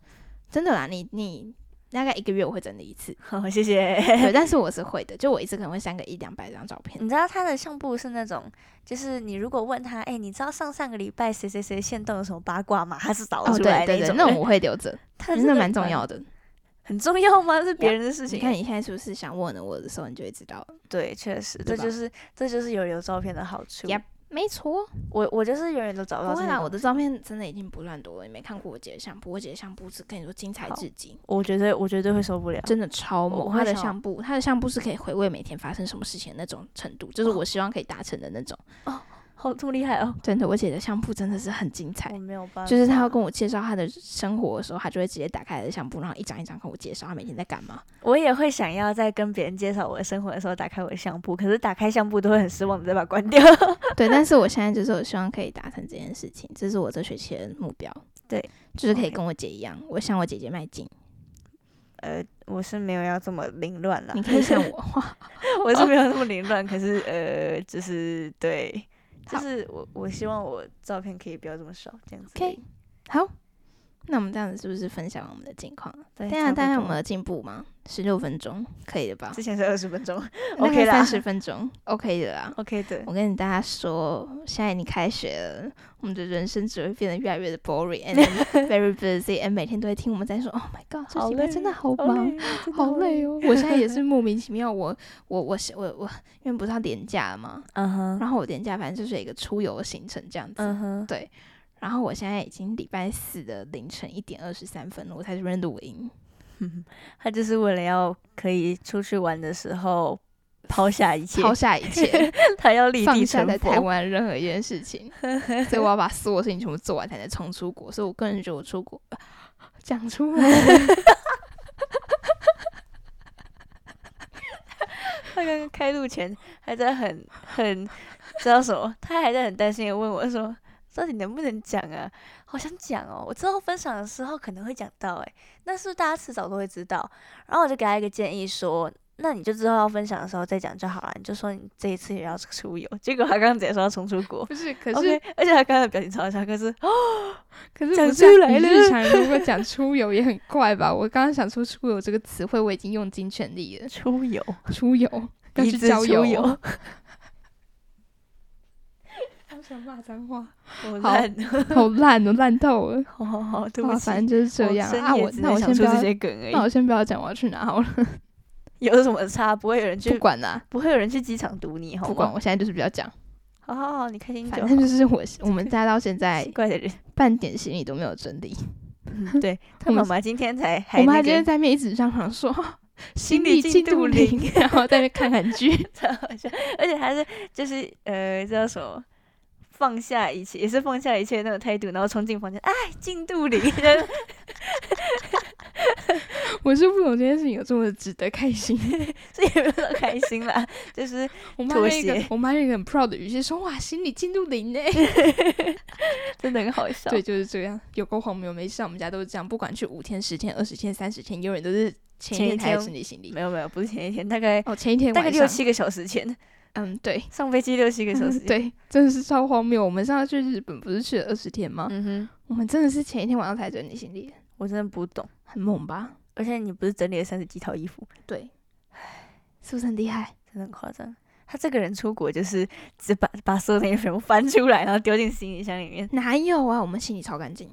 Speaker 2: 真的啦，你你大概一个月我会整理一次
Speaker 1: <laughs> 好，谢谢。
Speaker 2: 对，但是我是会的，就我一次可能会删个一两百张照片。
Speaker 1: 你知道他的相簿是那种，就是你如果问他，哎、你知道上上个礼拜谁谁谁现动有什么八卦吗？他是找得
Speaker 2: 哦，
Speaker 1: 出来
Speaker 2: 对
Speaker 1: 的
Speaker 2: 对
Speaker 1: 一
Speaker 2: 对，
Speaker 1: 种人。
Speaker 2: 那种我
Speaker 1: <laughs>
Speaker 2: 会留着，
Speaker 1: 他
Speaker 2: 真的蛮重要
Speaker 1: 的，
Speaker 2: 的。
Speaker 1: 很重要吗？是别人的事
Speaker 2: 你
Speaker 1: 情。
Speaker 2: 看你现在是不是想问了我的时候，你就会知道了。
Speaker 1: 对，确实，这
Speaker 2: 对吧
Speaker 1: 就是这就是有留照片的好处。
Speaker 2: Yep 没错，
Speaker 1: 我我就是永远都找不到
Speaker 2: 不
Speaker 1: 这
Speaker 2: 会
Speaker 1: 些
Speaker 2: 啦，我
Speaker 1: 东西。
Speaker 2: 的照片真的已经不算多了。你没看过我姐的相簿，我姐的相簿是跟你说精彩
Speaker 1: 好
Speaker 2: 至今。
Speaker 1: 我绝对我绝对会受不了。
Speaker 2: 真的超
Speaker 1: 我
Speaker 2: 猛。
Speaker 1: 会
Speaker 2: 他的
Speaker 1: 想
Speaker 2: 相簿，他的相簿是可以回味每天发生什么事情的那种程度，就是我希望可以达成的那种。
Speaker 1: 好，这么厉害哦！
Speaker 2: 真的，我姐的相簿真的是很精彩
Speaker 1: 我。没有办法，
Speaker 2: 哎嗯就是啊她要跟我介绍她的生活的时候，她就会直接打开她的相簿，然后一张一张跟我介绍她每天在干 <laughs> 嘛。
Speaker 1: 我也会想要在跟别人介绍我的生活的时候打开我的相簿，可是打开相簿都会很失望的再把它关掉。 <laughs>
Speaker 2: 对，但是我现在就是我希望可以达成这件事情，这是我这学期的目标。
Speaker 1: 对，
Speaker 2: 就是可以
Speaker 1: OK
Speaker 2: 跟我姐一样，我向我姐姐迈进。
Speaker 1: 呃，我是没有要这么凌乱啦
Speaker 2: 你，可以像我，哇，
Speaker 1: <laughs> 我
Speaker 2: 哦
Speaker 1: 是没有那么凌乱，可是呃，就是对，就
Speaker 2: 好
Speaker 1: 是我我希望我照片可以不要这么少，这样子而
Speaker 2: OK
Speaker 1: 已。
Speaker 2: 好。那我们这样子是不是分享了我们的近况？
Speaker 1: 对
Speaker 2: 大家大家有没有
Speaker 1: 们
Speaker 2: 进步吗？十六分钟可以的吧？
Speaker 1: 之前是二十分钟
Speaker 2: 大
Speaker 1: OK
Speaker 2: 概
Speaker 1: 啦
Speaker 2: 三十分钟，OK 的啦。
Speaker 1: ，OK 的。
Speaker 2: 我跟大家说，现在你开学了，我们的人生只会变得越来越的
Speaker 1: <laughs>
Speaker 2: boring and very busy，and 每天都会听我们在说，Oh my god，这
Speaker 1: 好
Speaker 2: 礼拜
Speaker 1: 累
Speaker 2: 真的好
Speaker 1: 好
Speaker 2: 忙，
Speaker 1: 累，真的
Speaker 2: 好
Speaker 1: 累
Speaker 2: 累。哦。 <laughs> 我现在也是莫名其妙，我我我我我，因为不是要年假了嘛，
Speaker 1: 嗯哼，
Speaker 2: 然后我年假反正就是一个出游的行程这样子，
Speaker 1: 嗯哼，
Speaker 2: 对。然后我现在已经礼拜四的凌晨一点二十三分了，我才这边录音。
Speaker 1: 他就是为了要可以出去玩的时候抛下一切，
Speaker 2: 抛下一 <laughs> 切，
Speaker 1: 他要立
Speaker 2: 放
Speaker 1: 地
Speaker 2: 下
Speaker 1: 成
Speaker 2: 在台
Speaker 1: 佛。
Speaker 2: 湾任何一件事 <laughs> 情，所以我要把所有事情全部做完才能冲出国。所以我个人觉得我出国 <laughs> 讲出来，
Speaker 1: 他刚刚开录前还在很很知道什么，他还在很担心的问我说：“到底能不能讲啊？好想讲哦，我之后分享的时候可能会讲到、欸，诶，那是不是大家迟早都会知道？”然后我就给他一个建议说：“那你就之后要分享的时候再讲就好了，你就说你这一次也要出游。”结果他刚刚直接说要冲出国。
Speaker 2: <laughs> 不是？ <laughs> 哦可
Speaker 1: OK，而且他刚刚的表情超好笑，可是
Speaker 2: 可是
Speaker 1: 讲
Speaker 2: 不是啊
Speaker 1: 出来
Speaker 2: 你
Speaker 1: 了
Speaker 2: 日常如果讲出游也很怪吧？我刚刚想出出游这个词汇，我已经用尽全力 <laughs> 了。
Speaker 1: 出游，
Speaker 2: 出游要
Speaker 1: 一
Speaker 2: 去
Speaker 1: 直
Speaker 2: 郊
Speaker 1: 出
Speaker 2: 游
Speaker 1: 游
Speaker 2: 哦，， <laughs> 好想骂脏 <laughs> 话，
Speaker 1: <laughs> 我
Speaker 2: 好
Speaker 1: 烂，
Speaker 2: 好烂哦，烂透了。
Speaker 1: <laughs> 好好好，对
Speaker 2: 好
Speaker 1: 不
Speaker 2: 啊
Speaker 1: 起，
Speaker 2: 反正就是这样
Speaker 1: 我深
Speaker 2: 啊。
Speaker 1: 夜
Speaker 2: 我
Speaker 1: 只
Speaker 2: 那
Speaker 1: 能
Speaker 2: 我
Speaker 1: 想
Speaker 2: 先
Speaker 1: 出
Speaker 2: 不要哦
Speaker 1: 这，些梗而
Speaker 2: 那我
Speaker 1: 已，
Speaker 2: 先不要讲我要去哪好了，
Speaker 1: 有什么差？不会有人
Speaker 2: 不
Speaker 1: 去，
Speaker 2: 管啦，
Speaker 1: 不会有人去机场堵你，好
Speaker 2: 不
Speaker 1: 吗？
Speaker 2: 管，我现在就是不要讲。
Speaker 1: 好好好，你开心就
Speaker 2: 反
Speaker 1: 好。
Speaker 2: 正嗯就是我 <laughs> 我们家到现在
Speaker 1: 奇 <laughs> 怪的人，
Speaker 2: 半点行李都没有整理。
Speaker 1: 嗯 <laughs> 对他
Speaker 2: 我
Speaker 1: 妈
Speaker 2: 们
Speaker 1: 妈今天才还
Speaker 2: 我
Speaker 1: 那
Speaker 2: 们还今天
Speaker 1: 个，
Speaker 2: 在那边一直嚷嚷说
Speaker 1: 心
Speaker 2: 心
Speaker 1: 理
Speaker 2: 理
Speaker 1: 进
Speaker 2: 进
Speaker 1: 度
Speaker 2: 度零， <laughs> 然后在那边看韩剧。
Speaker 1: 超好笑 <laughs> 而且还是就是呃叫什么放下一切，也是放下一切那种态度，然后冲进房间，哎，进度零，
Speaker 2: <laughs>
Speaker 1: <laughs>
Speaker 2: 我是不懂这件事情有这么值得开心。 <laughs>
Speaker 1: 这也没有很开心啦， <laughs> 就是
Speaker 2: 我妈
Speaker 1: 妥
Speaker 2: 用一个
Speaker 1: 协
Speaker 2: 我妈用一个很 proud 的语气说：“哇，心理进度零 <laughs> 呢。
Speaker 1: 真的很好笑。
Speaker 2: 对，就是这样，有够荒谬。没事啊，我们家都是这样，不管去五天、十天、二十天、三十天，永远都是前一
Speaker 1: 前一
Speaker 2: 天才有
Speaker 1: 天
Speaker 2: 整理行李。
Speaker 1: 没有没有，不是前一天，大概
Speaker 2: 哦，前一天
Speaker 1: 大
Speaker 2: 晚
Speaker 1: 概
Speaker 2: 上，
Speaker 1: 六七个小时前，
Speaker 2: 嗯，对，
Speaker 1: 上飞机六七个小 <laughs> 时前，
Speaker 2: 嗯对，真的是超荒谬。我们上次去日本不是去了二十天吗？
Speaker 1: 嗯哼，
Speaker 2: 我们真的是前一天晚上才整理行李，
Speaker 1: 我真的不懂。
Speaker 2: 很猛吧？
Speaker 1: 而且你不是整理了三十几套衣服，
Speaker 2: 对，是不是很厉害？
Speaker 1: 真的很夸张。他这个人出国就是只把把所有东西全部翻出来，然后丢进行李箱里面。
Speaker 2: 哪有啊？我们行李超干净，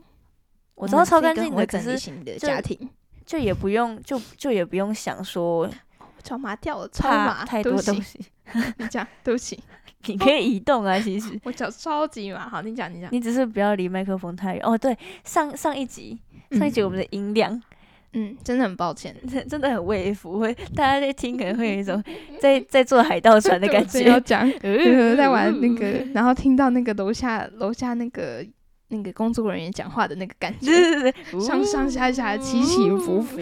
Speaker 1: 我知道
Speaker 2: 们
Speaker 1: 超
Speaker 2: 是一
Speaker 1: 干
Speaker 2: 个
Speaker 1: 净
Speaker 2: 很
Speaker 1: 的，
Speaker 2: 会
Speaker 1: 可
Speaker 2: 整
Speaker 1: 是
Speaker 2: 理行李的
Speaker 1: 就
Speaker 2: 家庭。
Speaker 1: 就也不用就就也不用想
Speaker 2: <laughs>
Speaker 1: 说
Speaker 2: 我脚麻掉了，超
Speaker 1: 怕
Speaker 2: 麻，
Speaker 1: 太
Speaker 2: 对
Speaker 1: 多
Speaker 2: 不
Speaker 1: 东
Speaker 2: 起，
Speaker 1: 西，
Speaker 2: 你讲，对不起，
Speaker 1: 你可以移动啊，其
Speaker 2: <laughs>
Speaker 1: 实。
Speaker 2: 我脚超级麻。好，你讲，你讲，
Speaker 1: 你只是不要离麦克风太远哦。对，上上一集，上一集我们的音量、
Speaker 2: 嗯，真的很
Speaker 1: <laughs>
Speaker 2: 抱歉，
Speaker 1: 真的很微服，会大家在听可能会有一
Speaker 2: <laughs>
Speaker 1: 种在在坐海盗船的感
Speaker 2: 我真要
Speaker 1: 觉。 <laughs>
Speaker 2: 讲，呃，在玩那个，然后听到那个楼下楼下那个那个工作人员讲话的那个感
Speaker 1: <laughs>
Speaker 2: 觉，
Speaker 1: 对对嗯对，
Speaker 2: 上上下下起起伏伏，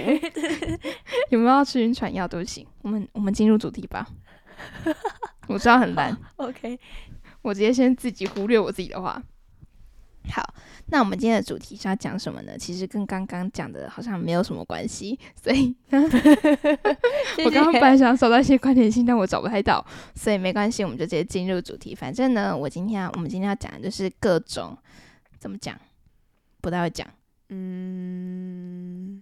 Speaker 2: 有没有要吃晕船药？对不起，我们我们进入主题吧。 <laughs> 我知道很烂，
Speaker 1: OK，
Speaker 2: 我直接先自己忽略我自己的话。好，那我们今天的主题是要讲什么呢？其实跟刚刚讲的好像没有什么关系， <laughs> 所以我刚刚本来想找到一些关联性，但我找不太到，所以没关系，我们就直接进入主题。反正呢，我今天要我们今天要讲的就是各种怎么讲，不太会讲，
Speaker 1: 嗯，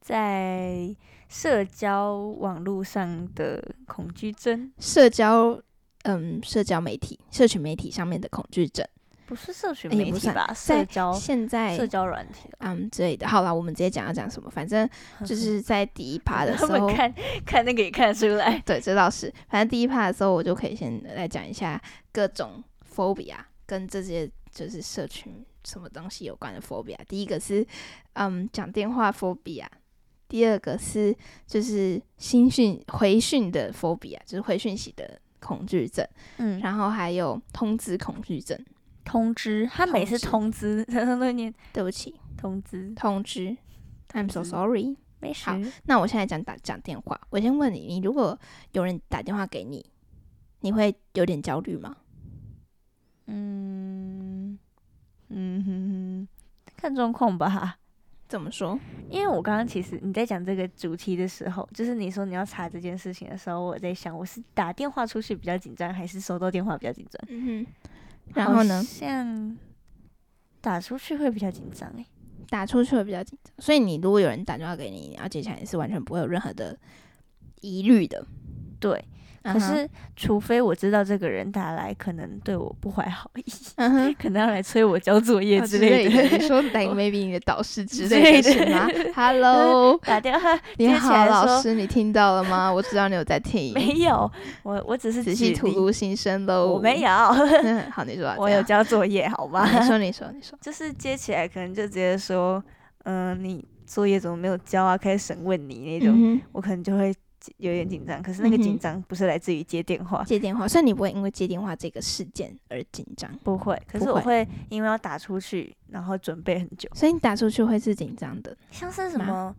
Speaker 1: 在社交网络上的恐惧症，
Speaker 2: 社交，嗯，社交媒体、社群媒体上面的恐惧症，
Speaker 1: 哎不是社群
Speaker 2: 也
Speaker 1: 媒
Speaker 2: 不
Speaker 1: 体
Speaker 2: 算
Speaker 1: 吧？
Speaker 2: 在
Speaker 1: 社交
Speaker 2: 现在
Speaker 1: 社交软体，
Speaker 2: 嗯之类的。好了，我们直接讲要讲什么，
Speaker 1: <laughs>
Speaker 2: 反正就是在第一趴的时
Speaker 1: 他
Speaker 2: 候
Speaker 1: 们，看看那个也看得出来。
Speaker 2: 对，这倒是。反正第一趴的时候，我就可以先来讲一下各种 phobia 跟这些就是社群什么东西有关的 phobia。第一个是嗯讲电话 phobia，第二个是就是新讯回讯的 phobia，就是回讯息的恐惧症，
Speaker 1: <laughs> 嗯，
Speaker 2: 然后还有通知恐惧症。
Speaker 1: 通知，他每次通
Speaker 2: 通
Speaker 1: 知， <laughs> 他都念
Speaker 2: 对不起，
Speaker 1: 通知，嗯
Speaker 2: 通知，I'm so
Speaker 1: 通知
Speaker 2: sorry。
Speaker 1: 没事
Speaker 2: 好。那我现在讲打讲电话，我先问你，你如果有人打电话给你，你会有点焦虑吗？
Speaker 1: 嗯嗯哼哼，看状况吧。
Speaker 2: 怎么说？
Speaker 1: 因为我刚刚其实你在讲这个主题的时候，就是你说你要查这件事情的时候，我在想我是打电话出去比较紧张，还是收到电话比较紧张？
Speaker 2: 嗯哼，然后呢，
Speaker 1: 像打出去会比较紧张欸诶。
Speaker 2: 打出去会比较紧张，所以你如果有人打电话给你，你要接起来，你是完全不会有任何的疑虑的。
Speaker 1: 对，可
Speaker 2: 嗯哼，
Speaker 1: <laughs> 是除非我知道这个人打来可能对我不怀好意，
Speaker 2: 嗯哼。
Speaker 1: 可能要来催我交作业
Speaker 2: 啊
Speaker 1: 之
Speaker 2: 之
Speaker 1: 类
Speaker 2: 类
Speaker 1: 的。 <laughs>
Speaker 2: 的，你说 like maybe 你的导师之
Speaker 1: 之类
Speaker 2: 类的是吗
Speaker 1: <laughs>
Speaker 2: ？Hello，
Speaker 1: 打电话
Speaker 2: 你
Speaker 1: 接起来
Speaker 2: 好，老
Speaker 1: 说
Speaker 2: 师，你听到了吗？我知道你有在听，
Speaker 1: 没有，我我只是
Speaker 2: 仔细
Speaker 1: 举
Speaker 2: 吐
Speaker 1: 例
Speaker 2: 露心声喽。
Speaker 1: 我 <laughs> 没有，
Speaker 2: 嗯。 <laughs> 好，你说，
Speaker 1: 我有
Speaker 2: 这
Speaker 1: 交作业好吗？
Speaker 2: 样你说，你说，你说，
Speaker 1: 就是接起来可能就直接说，嗯、你作业怎么没有交啊？开始审问你那种，
Speaker 2: 嗯
Speaker 1: 我可能就会紧有点紧张。可是那个
Speaker 2: 嗯哼
Speaker 1: 紧张不是来自于接电话，
Speaker 2: 哼，接电话，虽然你不会因为接电话这个事件而紧张，
Speaker 1: 不会，可是
Speaker 2: 不
Speaker 1: 我
Speaker 2: 会
Speaker 1: 会因为要打出去，然后准备很久，
Speaker 2: 所以你打出去会是紧张的。
Speaker 1: 像是什
Speaker 2: 吗
Speaker 1: 么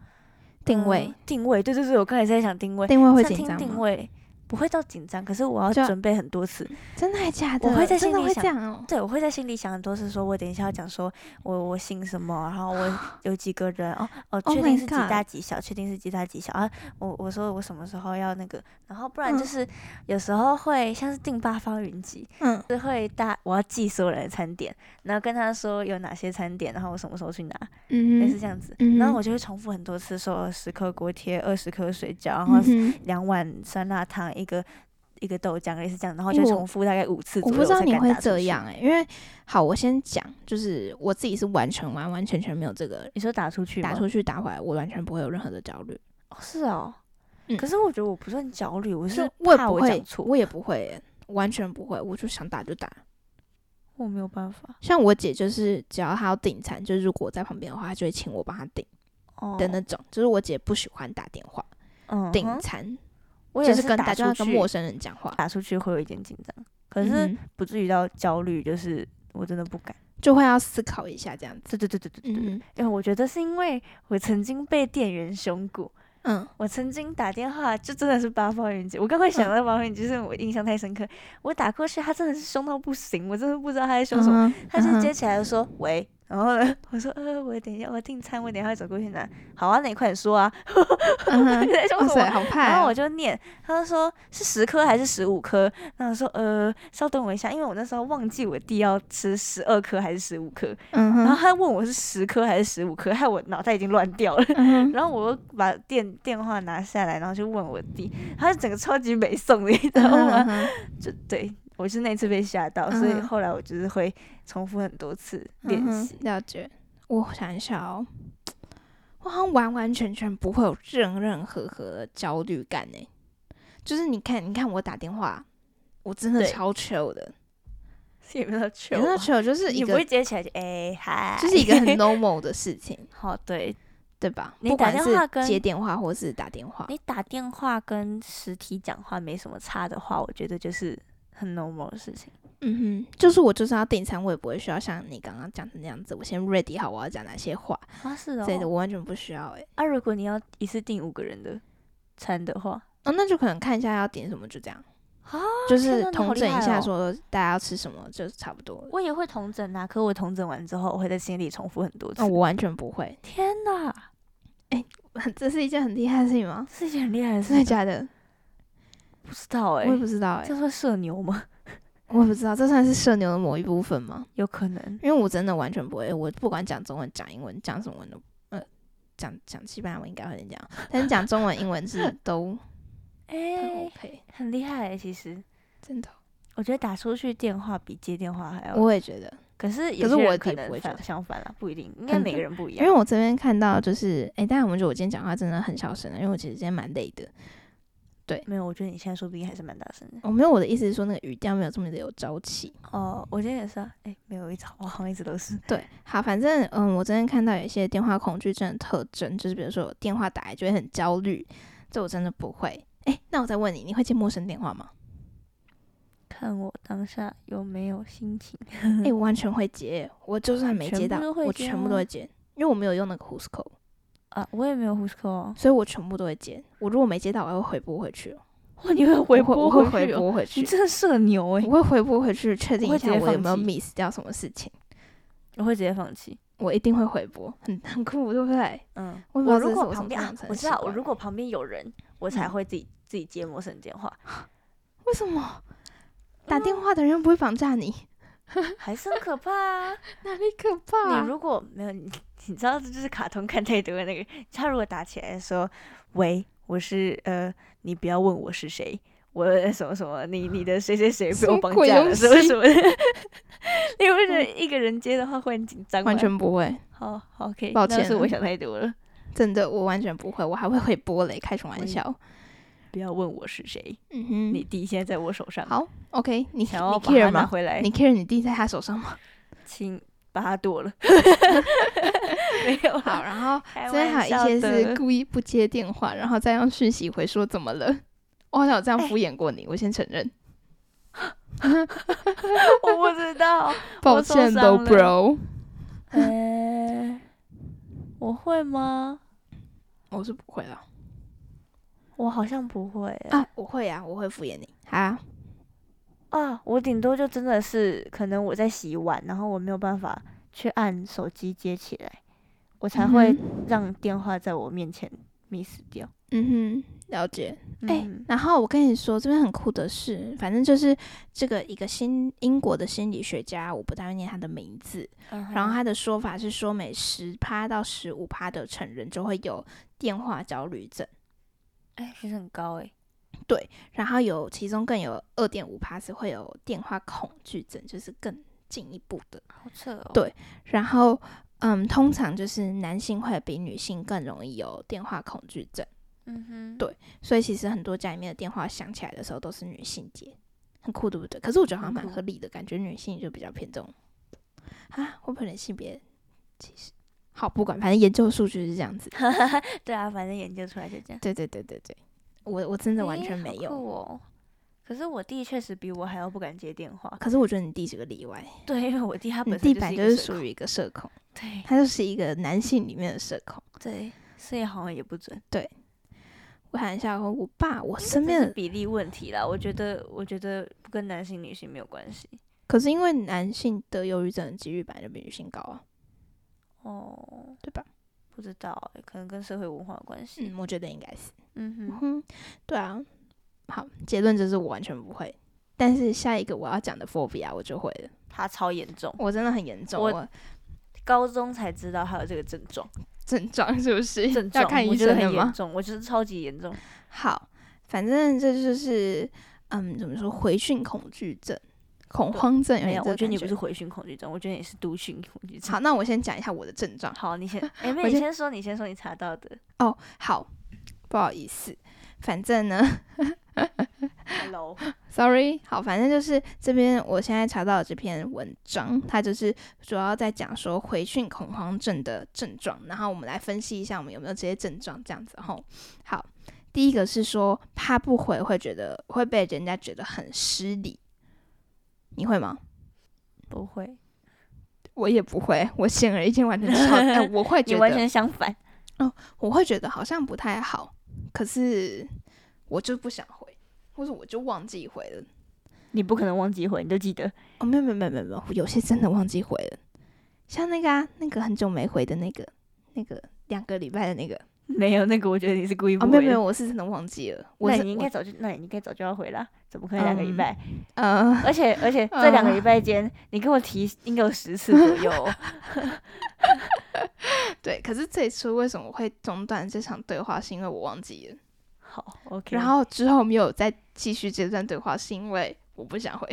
Speaker 2: 定
Speaker 1: 呃
Speaker 2: 位，
Speaker 1: 定位，对对对，我刚才在想定位，
Speaker 2: 定位会
Speaker 1: 餐
Speaker 2: 紧
Speaker 1: 厅
Speaker 2: 张
Speaker 1: 嗯定
Speaker 2: 吗？
Speaker 1: 位。不会到紧张，可是我要
Speaker 2: 就
Speaker 1: 准备很多次。
Speaker 2: 真的还假的？
Speaker 1: 我会在
Speaker 2: 真的
Speaker 1: 心里
Speaker 2: 会这
Speaker 1: 想
Speaker 2: 样哦。
Speaker 1: 对，我会在心里想很多次，说我等一下要讲说我我姓什么，然后我有几个人，哦哦，
Speaker 2: 啊 Oh
Speaker 1: 确定
Speaker 2: my
Speaker 1: 是几大
Speaker 2: God
Speaker 1: 几小，确定是几大几小啊。我我说我什么时候要那个，然后不然
Speaker 2: 嗯
Speaker 1: 就是有时候会像是订八方云集，
Speaker 2: 嗯，
Speaker 1: 就是会大我要记所有人的餐点，然后跟他说有哪些餐点，然后我什么时候去拿，类似
Speaker 2: 嗯
Speaker 1: 这样子。
Speaker 2: 嗯
Speaker 1: 然后
Speaker 2: 哼
Speaker 1: 我就会重复很多次，说十颗锅贴，二十颗水饺，然后
Speaker 2: 哼，嗯哼
Speaker 1: 两碗酸辣汤，一个。一个豆浆类似这样，然后
Speaker 2: 因
Speaker 1: 就
Speaker 2: 为我
Speaker 1: 重复大概五次左
Speaker 2: 我
Speaker 1: 右，
Speaker 2: 不知道
Speaker 1: 才
Speaker 2: 你
Speaker 1: 敢
Speaker 2: 会
Speaker 1: 打出
Speaker 2: 这
Speaker 1: 去。
Speaker 2: 样哎、因为好，我先讲，就是我自己是完全完完全全没有这个
Speaker 1: 你说打出去吗？
Speaker 2: 打出去打回来，我完全不会有任何的焦虑，
Speaker 1: 哦，是哦。
Speaker 2: 嗯
Speaker 1: 可是我觉得我不是很焦虑，我是
Speaker 2: 就我也
Speaker 1: 怕
Speaker 2: 不
Speaker 1: 我
Speaker 2: 会
Speaker 1: 讲，错，
Speaker 2: 我也不会、欸，完全不会，我就想打就打。
Speaker 1: 我没有办法。
Speaker 2: 像我姐就是，只要她要订餐，就是如果我在旁边的话，她就会请我帮她订
Speaker 1: 哦，
Speaker 2: 的那种。就是我姐不喜欢打电话
Speaker 1: 嗯
Speaker 2: 订
Speaker 1: 哼
Speaker 2: 餐，
Speaker 1: 我也
Speaker 2: 就是跟
Speaker 1: 打
Speaker 2: 打电话
Speaker 1: 出
Speaker 2: 跟
Speaker 1: 去，
Speaker 2: 陌生人讲话，
Speaker 1: 打出去会有一点紧张，可是
Speaker 2: 嗯哼
Speaker 1: 不至于到焦虑，就是我真的不敢。
Speaker 2: 就会要思考一下这样子。
Speaker 1: 对对对对对对，
Speaker 2: 嗯
Speaker 1: 因为我觉得是因为我曾经被店员凶过，
Speaker 2: 嗯，
Speaker 1: 我曾经打电话就真的是八方云集，我刚会想到八方云集，是我印象太深刻。我打过去，他真的是凶到不行，我真的不知道他在凶什么。
Speaker 2: 么？
Speaker 1: 他就
Speaker 2: 嗯哼
Speaker 1: 接起来就说喂，然后呢， <laughs> 我说呃，我等一下，我订餐，我等一下走过去拿。好啊，那你快点说啊， <laughs>
Speaker 2: 嗯
Speaker 1: 你
Speaker 2: <laughs> 哼
Speaker 1: 在凶
Speaker 2: 哇
Speaker 1: 什
Speaker 2: 塞，
Speaker 1: 么？
Speaker 2: 哦好怕、
Speaker 1: 然后我就念，他就说是十颗还是十五颗？然后我说呃，稍等我一下，因为我那时候忘记我弟要吃十二颗还是十五颗，
Speaker 2: 嗯
Speaker 1: 然后
Speaker 2: 哼，
Speaker 1: 他问我是十颗还是十五颗，害我脑袋已经乱掉了。 <laughs>
Speaker 2: 嗯哼，
Speaker 1: 然后我又把电电话拿下来，然后就问我弟，他整个超级没送的， <laughs> 你知道吗？
Speaker 2: 嗯 <laughs> 哼
Speaker 1: 就对我是那次被吓到，所以
Speaker 2: 嗯哼
Speaker 1: 后来我就是会重复很多次
Speaker 2: 嗯
Speaker 1: 练
Speaker 2: 哼
Speaker 1: 习。
Speaker 2: 了解。我想一下哦，我好像完完全全不会有任任何何的焦虑感呢、就是你看，你看我打电话，我真的
Speaker 1: 对
Speaker 2: 超 chill 的，
Speaker 1: 也没有求
Speaker 2: 有那
Speaker 1: 啊，
Speaker 2: chill 就是一
Speaker 1: 你不
Speaker 2: 个
Speaker 1: 会接起来就哎嗨，
Speaker 2: 就是一个很 normal 的事情，
Speaker 1: <laughs> 好对。
Speaker 2: 对吧？
Speaker 1: 你
Speaker 2: 不
Speaker 1: 打
Speaker 2: 管
Speaker 1: 电
Speaker 2: 是
Speaker 1: 话跟
Speaker 2: 接电话或是打电话，
Speaker 1: 你打电话跟实体讲话没什么差的话，我觉得就是很 normal 的事情。
Speaker 2: 嗯哼，就是我就是要订餐，我也不会需要像你刚刚讲的那样子，我先 ready 好我要讲哪些话
Speaker 1: 啊，是
Speaker 2: 之类的，
Speaker 1: 哦。
Speaker 2: 我完全不需要哎、
Speaker 1: 啊，如果你要一次订五个人的餐的话，
Speaker 2: 哦，那就可能看一下要点什么，就这样，
Speaker 1: 啊，
Speaker 2: 就
Speaker 1: 天
Speaker 2: 是
Speaker 1: 哪你好
Speaker 2: 统
Speaker 1: 厉
Speaker 2: 整
Speaker 1: 害
Speaker 2: 一下
Speaker 1: 哦
Speaker 2: 说大家要吃什么，就差不多了。
Speaker 1: 我也会同整啊，可我同整完之后，我会在心里重复很多次。
Speaker 2: 哦，我完全不会，
Speaker 1: 天哪，
Speaker 2: <laughs> 这是一件很厉害的事情吗？
Speaker 1: 这是一件很厉害的事
Speaker 2: 真的
Speaker 1: 情，
Speaker 2: 假的？
Speaker 1: 不知道
Speaker 2: 我
Speaker 1: 哎、
Speaker 2: 也不知道哎、
Speaker 1: 这算社牛吗？ <laughs>
Speaker 2: 我也不知道，这算是社牛的某一部分吗？
Speaker 1: 有可能。
Speaker 2: 因为我真的完全不会，我不管讲中文、讲英文、讲什么文都，呃，讲讲西班牙文应该会讲，但是讲中文、英文是 <laughs> 都
Speaker 1: 哎、
Speaker 2: 很 OK，
Speaker 1: 很厉害、欸，其实
Speaker 2: 真的。
Speaker 1: 我觉得打出去电话比接电话还要，
Speaker 2: 我也觉得，
Speaker 1: 可是
Speaker 2: 可
Speaker 1: 有些
Speaker 2: 是我
Speaker 1: 人
Speaker 2: 自
Speaker 1: 可
Speaker 2: 己不
Speaker 1: 能
Speaker 2: 会这
Speaker 1: 反
Speaker 2: 样
Speaker 1: 相反了，不一定，应该
Speaker 2: 很
Speaker 1: 每
Speaker 2: 多
Speaker 1: 个人不一
Speaker 2: 因
Speaker 1: 样
Speaker 2: 为。我这边看到就是，哎、大家有没有觉得我今天讲话真的很小声啊？因为我其实今天蛮累的。
Speaker 1: 没有，我觉得你现在说不定还是蛮大声的。
Speaker 2: 我、没有我的意思是说，那个语调没有这么的有朝气。
Speaker 1: 哦，我今天也是啊，哎、没有一直，我好像一直都是。
Speaker 2: 对，好，反正嗯，我真的看到有一些电话恐惧症的特征，就是比如说我电话打来就会很焦虑，这我真的不会。哎、那我再问你，你会接陌生电话吗？
Speaker 1: <laughs> 看我当下有没有心情。
Speaker 2: 哎、我完全会接，我就算没
Speaker 1: 嗯全
Speaker 2: 接
Speaker 1: 部
Speaker 2: 到，
Speaker 1: 都会
Speaker 2: 我
Speaker 1: 接啊
Speaker 2: 全部都
Speaker 1: 吗
Speaker 2: 会接，因为我没有用那个 Who's Call，
Speaker 1: 啊，我也没有 Who's Call
Speaker 2: <laughs>
Speaker 1: 哦。
Speaker 2: 所以我全部都会接。我如果没接到，我会回拨回去哦，
Speaker 1: 哇，你会回拨
Speaker 2: 我会我会
Speaker 1: 回
Speaker 2: 回
Speaker 1: 去哦，
Speaker 2: 拨回
Speaker 1: 你
Speaker 2: 去，
Speaker 1: 真的社牛哎、
Speaker 2: 我会回拨回去，确定
Speaker 1: 会
Speaker 2: 一
Speaker 1: 直
Speaker 2: 下
Speaker 1: 接
Speaker 2: 我有
Speaker 1: 放
Speaker 2: 没有
Speaker 1: 弃
Speaker 2: miss 掉什么事情。
Speaker 1: 我会直接放弃。
Speaker 2: 我一定会回拨，很 <laughs> 很酷，对不对？
Speaker 1: 嗯，
Speaker 2: 我
Speaker 1: 我
Speaker 2: 也
Speaker 1: 如
Speaker 2: 不知道这是
Speaker 1: 果
Speaker 2: 我怎
Speaker 1: 旁
Speaker 2: 么
Speaker 1: 边啊
Speaker 2: 这样子，
Speaker 1: 我
Speaker 2: 的
Speaker 1: 知
Speaker 2: 习
Speaker 1: 道，我
Speaker 2: 惯
Speaker 1: 如果旁边有人，我才
Speaker 2: 嗯
Speaker 1: 会自己自己接陌生人电话，
Speaker 2: 为什
Speaker 1: 啊
Speaker 2: 么打电话的人不会绑架你？
Speaker 1: 还是很可怕啊。
Speaker 2: 哪里可怕、
Speaker 1: 你如果没有 <laughs> 你，你知道这就是卡通看太多的那个，他如果打起来说：“喂，我是呃，你不要问我是谁，我 <laughs> 什么什么，你你的谁谁谁被
Speaker 2: 什
Speaker 1: 我
Speaker 2: 么
Speaker 1: 绑
Speaker 2: 鬼
Speaker 1: 架
Speaker 2: 东
Speaker 1: 了，什么
Speaker 2: 西
Speaker 1: 什么的。” <laughs> 你会觉得一个人接的话会很紧张吗？
Speaker 2: 嗯完全不会，
Speaker 1: 好好，OK，
Speaker 2: 抱
Speaker 1: 那
Speaker 2: 歉啊
Speaker 1: 是我
Speaker 2: 了
Speaker 1: 想太多了。
Speaker 2: 真的，我完全不会，我还会回拨雷，开什么玩笑？
Speaker 1: 不要问我是谁，
Speaker 2: 嗯哼，
Speaker 1: 你弟现在在我手上。，
Speaker 2: 好，OK，你你
Speaker 1: 想要把
Speaker 2: care
Speaker 1: 它拿
Speaker 2: 吗？
Speaker 1: 回来，
Speaker 2: 你 care 你弟在他手上吗？
Speaker 1: 请把它剁
Speaker 2: <laughs>
Speaker 1: 了。 <laughs> 没有
Speaker 2: 好，
Speaker 1: 啦，
Speaker 2: 然 <laughs> 后
Speaker 1: 开
Speaker 2: 这边还有一些
Speaker 1: 玩笑
Speaker 2: 是
Speaker 1: 的
Speaker 2: 故意不接电话，然后再用讯息回说怎么了。 <laughs> 我好像有这样
Speaker 1: 哎
Speaker 2: 敷衍过你，我先承认，
Speaker 1: <laughs> 我不知道。
Speaker 2: 抱
Speaker 1: 我受
Speaker 2: 歉喽
Speaker 1: 伤了
Speaker 2: ，bro。
Speaker 1: <laughs> 呃，我会吗？
Speaker 2: 我是不会了
Speaker 1: 我好像不会欸
Speaker 2: 啊，我会啊，我会敷衍你啊。
Speaker 1: 啊，我顶多就真的是可能我在洗碗，然后我没有办法去按手机接起来，我才会
Speaker 2: 嗯
Speaker 1: 让电话在我面前 miss 掉。
Speaker 2: 嗯哼，了解。哎、
Speaker 1: 嗯
Speaker 2: 然后我跟你说，这边很酷的是，反正就是这个一个新英国的心理学家，我不太会念他的名字。
Speaker 1: 嗯
Speaker 2: 然后
Speaker 1: 哼
Speaker 2: 他的说法是说，每十趴到十五趴的成人就会有电话焦虑症，
Speaker 1: 哎，其实很高哎，
Speaker 2: 然后有其中更有二点五趴是会有电话恐惧症，就是更进一步的。
Speaker 1: 好扯哦。
Speaker 2: 对然后，嗯，通常就是男性会比女性更容易有电话恐惧症。
Speaker 1: 嗯哼，
Speaker 2: 对所以其实很多家里面的电话响起来的时候都是女性接，很酷，对不对？可是我觉得好像蛮
Speaker 1: 很酷
Speaker 2: 合理的，感觉女性就比较偏重啊，会不会有点性别歧视？好，不管，反正研究数据是这样子。
Speaker 1: <laughs> 对啊，反正研究出来就这样。
Speaker 2: 对对对对对，我我真的完
Speaker 1: 诶
Speaker 2: 全
Speaker 1: 好
Speaker 2: 没有。
Speaker 1: 酷哦。可是我弟确实比我还要不敢接电话，
Speaker 2: 可是我觉得你弟是个例外，
Speaker 1: 对，因为我弟他
Speaker 2: 你
Speaker 1: 本身
Speaker 2: 弟
Speaker 1: 就
Speaker 2: 本来
Speaker 1: 是一
Speaker 2: 就
Speaker 1: 个
Speaker 2: 是
Speaker 1: 社
Speaker 2: 属于一个社恐，
Speaker 1: 对
Speaker 2: 他就是一个男性里面的社恐。
Speaker 1: 对，所以好像也不准。
Speaker 2: 我喊一下，哦我爸，我
Speaker 1: 这
Speaker 2: 身
Speaker 1: 只
Speaker 2: 边
Speaker 1: 是
Speaker 2: 的，
Speaker 1: 比例问题啦，我觉得我觉得跟男性女性没有关系。
Speaker 2: 可是因为男性得忧郁症的几率本来就比女性高啊，
Speaker 1: 哦，
Speaker 2: 对吧？
Speaker 1: 不知道欸、可能跟社会文化有关系。
Speaker 2: 嗯，我觉得应该是。
Speaker 1: 嗯哼，
Speaker 2: 嗯哼，对啊，好，结论就是我完全不会。但是下一个我要讲的 phobia 我就会了，
Speaker 1: 他超严重，
Speaker 2: 我真的很严重，
Speaker 1: 我
Speaker 2: 我
Speaker 1: 高中才知道他有这个症状，
Speaker 2: 症状是不是
Speaker 1: 症状
Speaker 2: 要看
Speaker 1: 我
Speaker 2: 医
Speaker 1: 觉得
Speaker 2: 生
Speaker 1: 很
Speaker 2: 的
Speaker 1: 严
Speaker 2: 吗？
Speaker 1: 重，我觉得超级严重。
Speaker 2: 好，反正这就是嗯，怎么说回训恐惧症，恐慌症有
Speaker 1: 没
Speaker 2: 点
Speaker 1: 有，
Speaker 2: 这
Speaker 1: 我
Speaker 2: 个
Speaker 1: 觉得
Speaker 2: 感
Speaker 1: 你不
Speaker 2: 觉
Speaker 1: 是。回讯恐惧症，我觉得你是读讯恐惧症。
Speaker 2: 好，那我先讲一下我的症状。
Speaker 1: 好，
Speaker 2: <laughs>
Speaker 1: 你先，哎、没
Speaker 2: 我
Speaker 1: 有，你
Speaker 2: 先
Speaker 1: 先说，你先说你查到
Speaker 2: <laughs>
Speaker 1: 的。
Speaker 2: 哦，好，不好意思，反正呢
Speaker 1: Hello，
Speaker 2: ，sorry，好，反正就是这边我现在查到的这篇文章，它就是主要在讲说回讯恐慌症的症状，然后我们来分析一下我们有没有这些症状，这样子吼。好，第一个是说怕不回会觉得会被人家觉得很失礼，你会吗？
Speaker 1: 不会，
Speaker 2: 我也不会，我显而易见完全超，哎、我 <laughs> 会
Speaker 1: 你
Speaker 2: 觉
Speaker 1: 完
Speaker 2: 得
Speaker 1: 全相反。
Speaker 2: 我会觉得好像不太好，可是我就不想回，或者我就忘记回了。
Speaker 1: 你不可能忘记回，你都记得。
Speaker 2: 哦，没有没有没有没有没有，有些真的忘记回了，像那个啊，那个很久没回的那个，那个两个礼拜的那个。
Speaker 1: 没有那个，我觉得你是故意不
Speaker 2: 哦，
Speaker 1: 回
Speaker 2: 没
Speaker 1: 的。
Speaker 2: 有没有，我是真的忘记了。我
Speaker 1: 那
Speaker 2: 是
Speaker 1: 你应
Speaker 2: 我
Speaker 1: 该早就，那你应该早就要回啦，怎么可能两个礼
Speaker 2: 嗯
Speaker 1: 拜？
Speaker 2: 呃，
Speaker 1: 而且而且这两个
Speaker 2: 呃
Speaker 1: 礼拜间，你跟我提应该有十次左右
Speaker 2: <laughs>
Speaker 1: 哦。
Speaker 2: 对，可是最初为什么我会中断这场对话，是因为我忘记了。
Speaker 1: 好，OK。
Speaker 2: 然后之后没有再继续这段对话，是因为我不想回。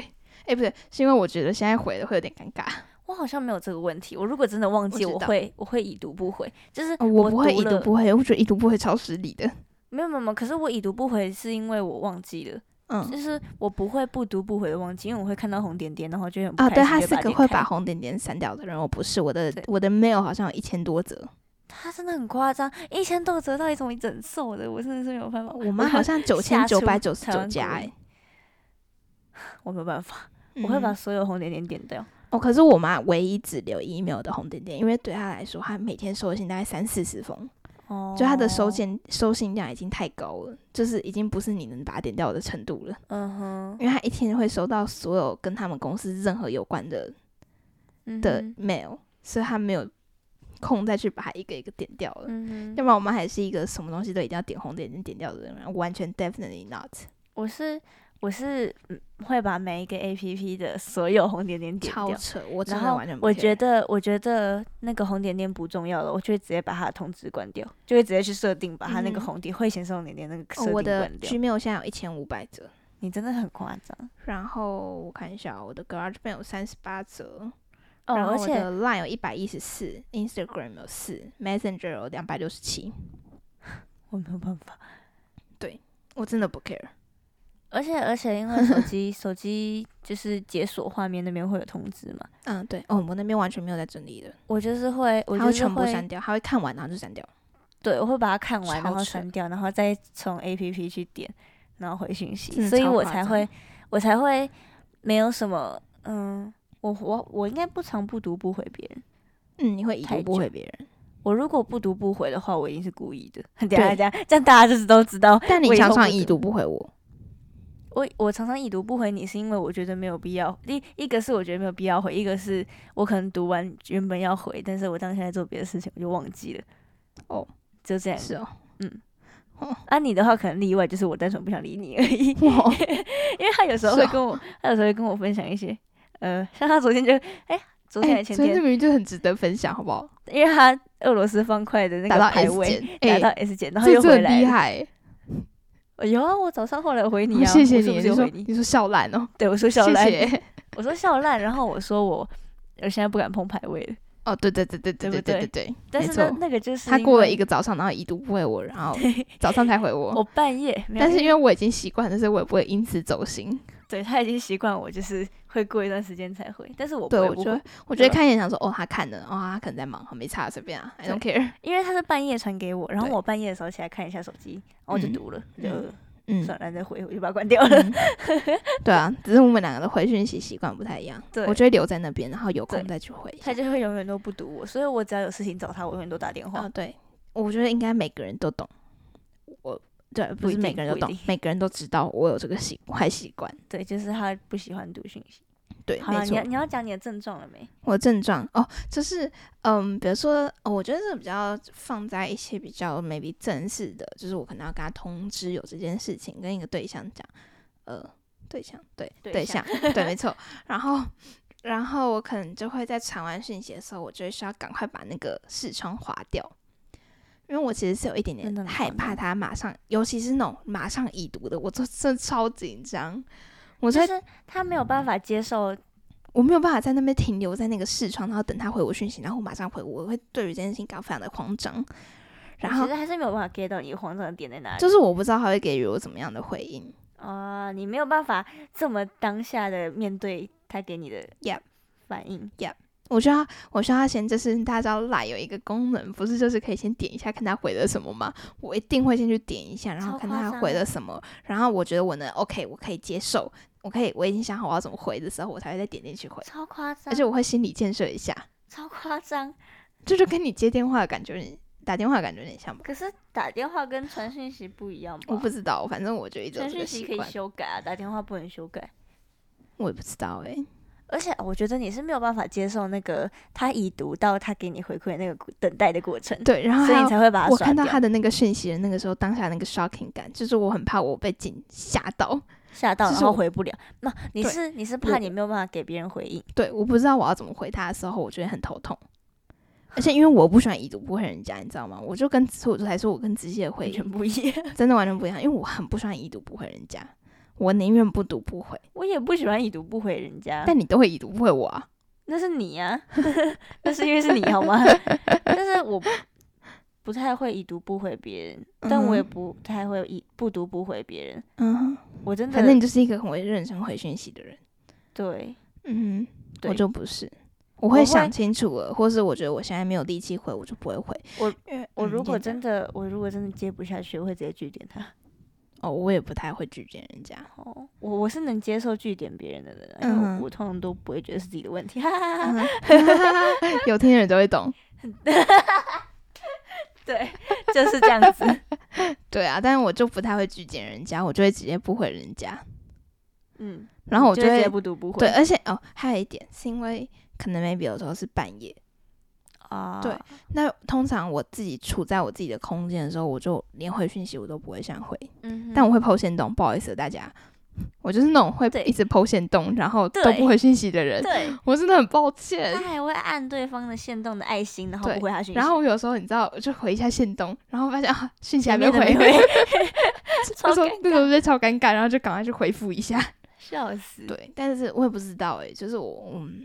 Speaker 2: 哎，不对，是因为我觉得现在回了会有点尴
Speaker 1: <laughs>
Speaker 2: 尬。
Speaker 1: 我好像没有这个问题，我如果真的忘记，
Speaker 2: 我
Speaker 1: 我
Speaker 2: 知道
Speaker 1: 会我会已读不回，就是
Speaker 2: 哦，我不会
Speaker 1: 读
Speaker 2: 已读
Speaker 1: 了
Speaker 2: 不回，我觉得已读不回超失礼
Speaker 1: <laughs>
Speaker 2: 的。
Speaker 1: 没有没有没有，可是我已读不回是因为我忘记了，
Speaker 2: 嗯，
Speaker 1: 就是我不会不读不回的忘记，因为我会看到红点点，然后就会很不
Speaker 2: 啊，
Speaker 1: 开
Speaker 2: 对
Speaker 1: 心
Speaker 2: 他
Speaker 1: 就是把它
Speaker 2: 个
Speaker 1: 点
Speaker 2: 会
Speaker 1: 开
Speaker 2: 把红点点删掉的人，我不是我的
Speaker 1: 对
Speaker 2: 我的 mail 好像有一千多则，
Speaker 1: 他真的很夸张，一千多折到底怎么忍受的？我真的是没有办法，
Speaker 2: 我妈好像九千
Speaker 1: 吓
Speaker 2: 九
Speaker 1: 出
Speaker 2: 百九十
Speaker 1: 台
Speaker 2: 九
Speaker 1: 湾
Speaker 2: 家
Speaker 1: 国
Speaker 2: 哎、
Speaker 1: 民我没有办法，
Speaker 2: 嗯
Speaker 1: 我会把所有红点点点掉。
Speaker 2: 哦，可是我妈唯一只留 email 的红点点，因为对她来说，她每天收信大概三四十封，
Speaker 1: 哦
Speaker 2: 就她的收，件收信量已经太高了，就是已经不是你能把它点掉的程度了，
Speaker 1: 嗯哼，
Speaker 2: 因为她一天会收到所有跟他们公司任何有关的
Speaker 1: 嗯
Speaker 2: 的
Speaker 1: 哼
Speaker 2: mail，、所以她没有空再去把它一个一个点掉了。
Speaker 1: 嗯哼，
Speaker 2: 要不然我妈还是一个什么东西都一定要点红点点点掉的人，啊完全 definitely not。
Speaker 1: 我是我是嗯会把每一个 A P P 的所有红点点点
Speaker 2: 超
Speaker 1: 掉。
Speaker 2: 扯，我真
Speaker 1: 然
Speaker 2: 的
Speaker 1: 后
Speaker 2: 完全不
Speaker 1: 我
Speaker 2: care
Speaker 1: 觉得，我觉得那个红点点不重要了，我就会直接把它的通知关掉，就会直接去设定把它那个
Speaker 2: 嗯
Speaker 1: 红点、会显示红点点那个设
Speaker 2: 哦，
Speaker 1: 定
Speaker 2: 我的
Speaker 1: 关掉。
Speaker 2: Gmail 现在有一千五百折，
Speaker 1: 你真的很夸张
Speaker 2: 然后我看一下哦，我的 GarageBand 有三十八折，
Speaker 1: 哦！
Speaker 2: 然后
Speaker 1: 而
Speaker 2: 我
Speaker 1: 且
Speaker 2: 的 Line 有一百一十四，Instagram 有四，Messenger 有两百六十七，
Speaker 1: 我没有办法，
Speaker 2: 我真的不 care。
Speaker 1: 而且而且因为 <laughs> 手机手机就是解锁画面那边会有通知嘛，
Speaker 2: 嗯，对，哦，我那边完全没有在整理的，
Speaker 1: 我就是会我
Speaker 2: 他会
Speaker 1: 就是
Speaker 2: 全部
Speaker 1: 会
Speaker 2: 删掉，他会看完然后就删掉。
Speaker 1: 对，我会把它看完，然
Speaker 2: 超
Speaker 1: 后
Speaker 2: 扯
Speaker 1: 删掉，然后再从 A P P 去点，然后回信
Speaker 2: 真
Speaker 1: 息，
Speaker 2: 的
Speaker 1: 所以
Speaker 2: 超
Speaker 1: 我
Speaker 2: 夸
Speaker 1: 才
Speaker 2: 张
Speaker 1: 会，我才会没有什么，嗯，我我我应该不常不读不回别人。
Speaker 2: 嗯，你会已
Speaker 1: 太
Speaker 2: 读不
Speaker 1: 久
Speaker 2: 回别人，
Speaker 1: 我如果不读不回的话，我一定是故意的。 <laughs> 等一
Speaker 2: 对
Speaker 1: 下这样，这样大家就是都知道。
Speaker 2: 但你
Speaker 1: 我以
Speaker 2: 常
Speaker 1: 后
Speaker 2: 常
Speaker 1: 不
Speaker 2: 已
Speaker 1: 读
Speaker 2: 读不回我。
Speaker 1: 我我常常已读不回你，是因为我觉得没有必要。一一个是我觉得没有必要回，一个是我可能读完原本要回，但是我当下在做别的事情，我就忘记了。
Speaker 2: 哦，
Speaker 1: 就这样。
Speaker 2: 是哦，
Speaker 1: 啊，你的话可能例外，就是我单纯不想理你而已。
Speaker 2: 哇，
Speaker 1: <laughs> 因为他有时候
Speaker 2: 是
Speaker 1: 会
Speaker 2: 哦
Speaker 1: 跟我，他有时候会跟我分享一些，呃，像他昨天就，哎、昨天还
Speaker 2: 哎，
Speaker 1: 前
Speaker 2: 所以这
Speaker 1: 天，
Speaker 2: 明明就很值得分享，好不好？
Speaker 1: 因为他俄罗斯方块的那
Speaker 2: 打
Speaker 1: 个
Speaker 2: 到
Speaker 1: 排
Speaker 2: S
Speaker 1: 位
Speaker 2: 减，
Speaker 1: 打
Speaker 2: 哎
Speaker 1: 到 S 减，然后
Speaker 2: 这
Speaker 1: 又
Speaker 2: 这
Speaker 1: 回
Speaker 2: 很
Speaker 1: 来
Speaker 2: 厉
Speaker 1: 了。
Speaker 2: 害欸。
Speaker 1: 哦有啊，我早上后来回你
Speaker 2: 哦
Speaker 1: 啊，
Speaker 2: 谢谢
Speaker 1: 我是
Speaker 2: 你，
Speaker 1: 不
Speaker 2: 你
Speaker 1: 是有
Speaker 2: 说
Speaker 1: 回你？
Speaker 2: 你说笑烂哦，
Speaker 1: 对，我说笑烂，
Speaker 2: 谢谢。
Speaker 1: 我说笑烂，然后我说我，我现在不敢碰排位了。
Speaker 2: 哦，对对对对对
Speaker 1: 对不
Speaker 2: 对对
Speaker 1: 对
Speaker 2: 对，
Speaker 1: 但
Speaker 2: 没
Speaker 1: 是呢
Speaker 2: 错，
Speaker 1: 那个就是
Speaker 2: 他
Speaker 1: 因
Speaker 2: 过了
Speaker 1: 为
Speaker 2: 一个早上，然后已读不回我，然
Speaker 1: <laughs>
Speaker 2: 后早上才回
Speaker 1: 我
Speaker 2: 我。
Speaker 1: 半夜，没有
Speaker 2: 但是
Speaker 1: 因
Speaker 2: 因
Speaker 1: 为
Speaker 2: 为我已经习惯了，所以我也不会因此走心。
Speaker 1: 对他已经习惯我，就是会过一段时间才回，但是我
Speaker 2: 对
Speaker 1: 不会
Speaker 2: 我
Speaker 1: 不
Speaker 2: 就
Speaker 1: 回
Speaker 2: 会，我就
Speaker 1: 对
Speaker 2: 会看一眼，想说哦，他看了，哦，他可能在忙，没差，随便啊，I don't care。
Speaker 1: 因为他是半夜传给我，然后
Speaker 2: 对
Speaker 1: 我半夜的时候起来看一下手机，然后我就
Speaker 2: 嗯
Speaker 1: 读了，就
Speaker 2: 嗯嗯，
Speaker 1: 算了再回，我就把它关掉了。
Speaker 2: 嗯对啊，只是我们两个的回讯息习惯不太一样。
Speaker 1: <laughs> 对
Speaker 2: 我就会留在那边，然后有空
Speaker 1: 对
Speaker 2: 再去回一下。
Speaker 1: 他就会永远都不读我，所以我只要有事情找他，我永远都打电话。
Speaker 2: 哦，对，我觉得应该每个人都懂。我对，不
Speaker 1: 不
Speaker 2: 是
Speaker 1: 一
Speaker 2: 每
Speaker 1: 定
Speaker 2: 个人
Speaker 1: 不
Speaker 2: 都
Speaker 1: 一
Speaker 2: 懂
Speaker 1: 定，
Speaker 2: 每个人都知道我有这个习坏习惯。
Speaker 1: 对，就是他不喜欢读讯息。
Speaker 2: 对，
Speaker 1: 好
Speaker 2: 没
Speaker 1: 了，
Speaker 2: 错。
Speaker 1: 你要你要讲你的症状了没？
Speaker 2: 我的症状哦，就是嗯，比如说、哦，我觉得这比较放在一些比较 maybe 正式的，就是我可能要跟他通知有这件事情，跟一个对象讲，呃，对象对
Speaker 1: 对
Speaker 2: 象
Speaker 1: 象
Speaker 2: 对，没错。然后然后我可能就会在传完讯息的时候，我就会需要赶快把那个视窗划掉，因为我其实是有一点
Speaker 1: 真的很
Speaker 2: 点害
Speaker 1: 困
Speaker 2: 怕
Speaker 1: 难
Speaker 2: 他马上，尤其是那种马上已读的，我就真的超紧张。我
Speaker 1: 就
Speaker 2: 在嗯
Speaker 1: 是他没有办法接受，
Speaker 2: 我没有办法在那边停留在那个视窗，然后等他回我讯息，然后我马上回我，我会对于这件事情感到非常的慌张。然
Speaker 1: 其
Speaker 2: 后
Speaker 1: 实还是没有办法 get 到你慌张的点在哪里。
Speaker 2: 就是我不知道他会给予我怎么样的回应。
Speaker 1: 啊、你没有办法这么当下的面对他给你的
Speaker 2: Yep
Speaker 1: 反应。
Speaker 2: 我需要，我需要先，就是大家知道赖有一个功能，不是就是可以先点一下看他回了什么吗？我一定会先去点一下，然后
Speaker 1: 超
Speaker 2: 看
Speaker 1: 夸
Speaker 2: 他
Speaker 1: 张
Speaker 2: 回
Speaker 1: 的
Speaker 2: 了什么，然后我觉得我能 OK，我可以接受，我可以，我已经想好我要怎么回的时候，我才会再点进去回，
Speaker 1: 超夸张
Speaker 2: 而，且我会心理建设一下，
Speaker 1: 超夸张。
Speaker 2: 这就跟你接电话的感觉有点，打电话的感觉有点像吧？
Speaker 1: 可是打电话跟传讯息不一样吧？
Speaker 2: 我不知道，反正我就一直有
Speaker 1: 传
Speaker 2: 这
Speaker 1: 讯
Speaker 2: 个
Speaker 1: 息
Speaker 2: 习
Speaker 1: 可以
Speaker 2: 惯，
Speaker 1: 修改啊，打电话不能修改。
Speaker 2: 我也不知道
Speaker 1: 欸
Speaker 2: 哎、
Speaker 1: 而且哦我觉得你是没有办法接受那个他已读到他给你回馈的那个过等待的过程，
Speaker 2: 对，然后
Speaker 1: 所以你
Speaker 2: 还有
Speaker 1: 才会把它
Speaker 2: 我
Speaker 1: 刷
Speaker 2: 看到
Speaker 1: 掉
Speaker 2: 他的那个讯息的那个时候，当下那个 shocking 感，就是我很怕我被惊吓到。
Speaker 1: 吓到，
Speaker 2: 就
Speaker 1: 然
Speaker 2: 是
Speaker 1: 后
Speaker 2: 我
Speaker 1: 回不了。那你
Speaker 2: 对
Speaker 1: 是你是
Speaker 2: 我
Speaker 1: 怕你没有办法给别人回应，
Speaker 2: 对，我不知道我要怎么回他的时候，我觉得很头痛。而且因为我不喜欢已读不回人家，你知道吗？我就跟所以我就才说我跟直接的回
Speaker 1: 完全
Speaker 2: 应
Speaker 1: 不一样。
Speaker 2: 真的完全不一样，因为我很不喜欢已读不回人家，我宁愿不读不回。
Speaker 1: <laughs> 我也不喜欢已读不回人家，
Speaker 2: 但你都会已读不回我啊？
Speaker 1: 那是你呀、 <laughs> 那是因为是你好吗？但是我不太会已读不回别人，但我也
Speaker 2: 嗯
Speaker 1: 不太会已不读不回别人。
Speaker 2: 嗯，
Speaker 1: 我真的
Speaker 2: 反正你就是一个很会认真回讯息的人。
Speaker 1: 对，
Speaker 2: 嗯，我
Speaker 1: 对
Speaker 2: 就不是，
Speaker 1: 我
Speaker 2: 我会
Speaker 1: 会
Speaker 2: 想清楚了，或是我觉得我现在没有力气回，我就不会回。
Speaker 1: 我
Speaker 2: 因为
Speaker 1: 我
Speaker 2: 嗯
Speaker 1: 如
Speaker 2: 你
Speaker 1: 果
Speaker 2: 先
Speaker 1: 真的我如果真的接不下去，我会直接拒点他。
Speaker 2: 讲哦，我也不太会拒绝人
Speaker 1: <laughs>
Speaker 2: 家。
Speaker 1: 哦，我我是能接受拒点别人的人啊，因为
Speaker 2: 嗯
Speaker 1: 我我通常都不会觉得是自己的问题，哈哈 <laughs> 哈哈。
Speaker 2: 嗯有听的人都会懂。
Speaker 1: 对，就是这样子。
Speaker 2: 对啊，但是我就不太会拒绝人家，我就会直接不回人家。
Speaker 1: <laughs> 嗯，
Speaker 2: 然后我
Speaker 1: 就
Speaker 2: 就
Speaker 1: 会直
Speaker 2: 会
Speaker 1: 接不读不回。
Speaker 2: 对，而且哦，还有一点是因为可能 maybe 有时候是半夜，
Speaker 1: 啊，
Speaker 2: 对那通常我自己处在我自己的空间的时候，我就连回讯息我都不会想回，
Speaker 1: 嗯哼，
Speaker 2: 但我会剖线洞，不好意思大家，我就是那种会
Speaker 1: 对
Speaker 2: 一直剖线洞，然后都
Speaker 1: 对
Speaker 2: 不回讯息的人，
Speaker 1: 对，
Speaker 2: 我真的很抱歉
Speaker 1: 他。还会按对方的线动的爱心，然后
Speaker 2: 对
Speaker 1: 不回他讯息，
Speaker 2: 然后我有时候你知道，我就回一下线洞，然后发现啊讯息还
Speaker 1: 前
Speaker 2: 没
Speaker 1: 面
Speaker 2: 回，
Speaker 1: 的没
Speaker 2: <laughs>
Speaker 1: 回，
Speaker 2: 那
Speaker 1: 超
Speaker 2: 时候
Speaker 1: 尴
Speaker 2: 那时候就超尴尬，然后就赶快去回复
Speaker 1: <laughs>
Speaker 2: 一下。
Speaker 1: 笑死。
Speaker 2: 对，但是我也不知道诶、就是我嗯，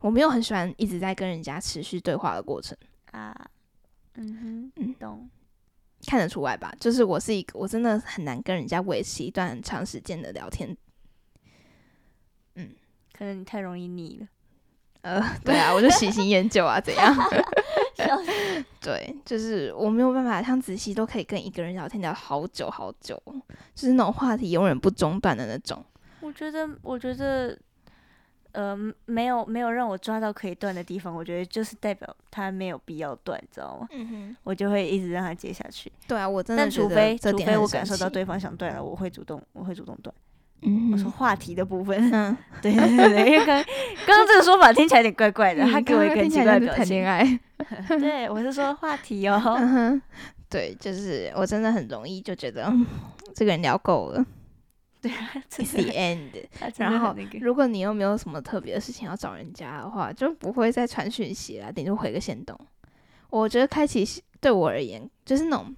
Speaker 2: 我没有很喜欢一直在跟人家持续对话的过程，
Speaker 1: 啊，嗯
Speaker 2: 嗯
Speaker 1: 哼，懂。
Speaker 2: 看得出来吧？就是我是一个，我真的很难跟人家维持一段很长时间的聊天。
Speaker 1: 可能你太容易腻
Speaker 2: <laughs>
Speaker 1: 了，
Speaker 2: 呃，对啊，我就喜新厌旧啊，怎样？
Speaker 1: 笑死。
Speaker 2: 对，就是我没有办法像子熙都可以跟一个人聊天聊好久好久，就是那种话题永远不中断的那种。
Speaker 1: 我觉得，我觉得，呃，没有没有让我抓到可以断的地方，我觉得就是代表他没有必要断，你知道吗？
Speaker 2: 嗯哼，
Speaker 1: 我就会一直让他接下去，
Speaker 2: 对啊，我真的
Speaker 1: 但
Speaker 2: 觉
Speaker 1: 除
Speaker 2: 得
Speaker 1: 非
Speaker 2: 这
Speaker 1: 除
Speaker 2: 点
Speaker 1: 非
Speaker 2: 很
Speaker 1: 我
Speaker 2: 神
Speaker 1: 感受到
Speaker 2: 奇，
Speaker 1: 对方想断了，我会主动我会主动断。
Speaker 2: 嗯
Speaker 1: 我
Speaker 2: 哼
Speaker 1: 说话题的部分，
Speaker 2: <laughs>
Speaker 1: <laughs>
Speaker 2: 嗯，
Speaker 1: 对对对对，因为刚刚刚这个说法听起来有点怪怪的，他
Speaker 2: 嗯
Speaker 1: 给我一
Speaker 2: 刚
Speaker 1: 个
Speaker 2: 刚
Speaker 1: 很
Speaker 2: 听起
Speaker 1: 奇
Speaker 2: 来
Speaker 1: 怪的
Speaker 2: 像是
Speaker 1: 表
Speaker 2: 谈恋
Speaker 1: 情。
Speaker 2: 爱。
Speaker 1: 对，我是说话题哦。
Speaker 2: 嗯哼，对，就是我真的很容易就觉得 <laughs> 嗯这个人聊够了
Speaker 1: 真
Speaker 2: ，It's
Speaker 1: 的 <laughs>
Speaker 2: the end。
Speaker 1: 他真的
Speaker 2: 然
Speaker 1: 很
Speaker 2: 后
Speaker 1: 那个，
Speaker 2: 如果你又没有什么特别的事情要找人家的话，就不会再传讯息啦，顶多回个线动。我觉得开启是对我而言，就是那种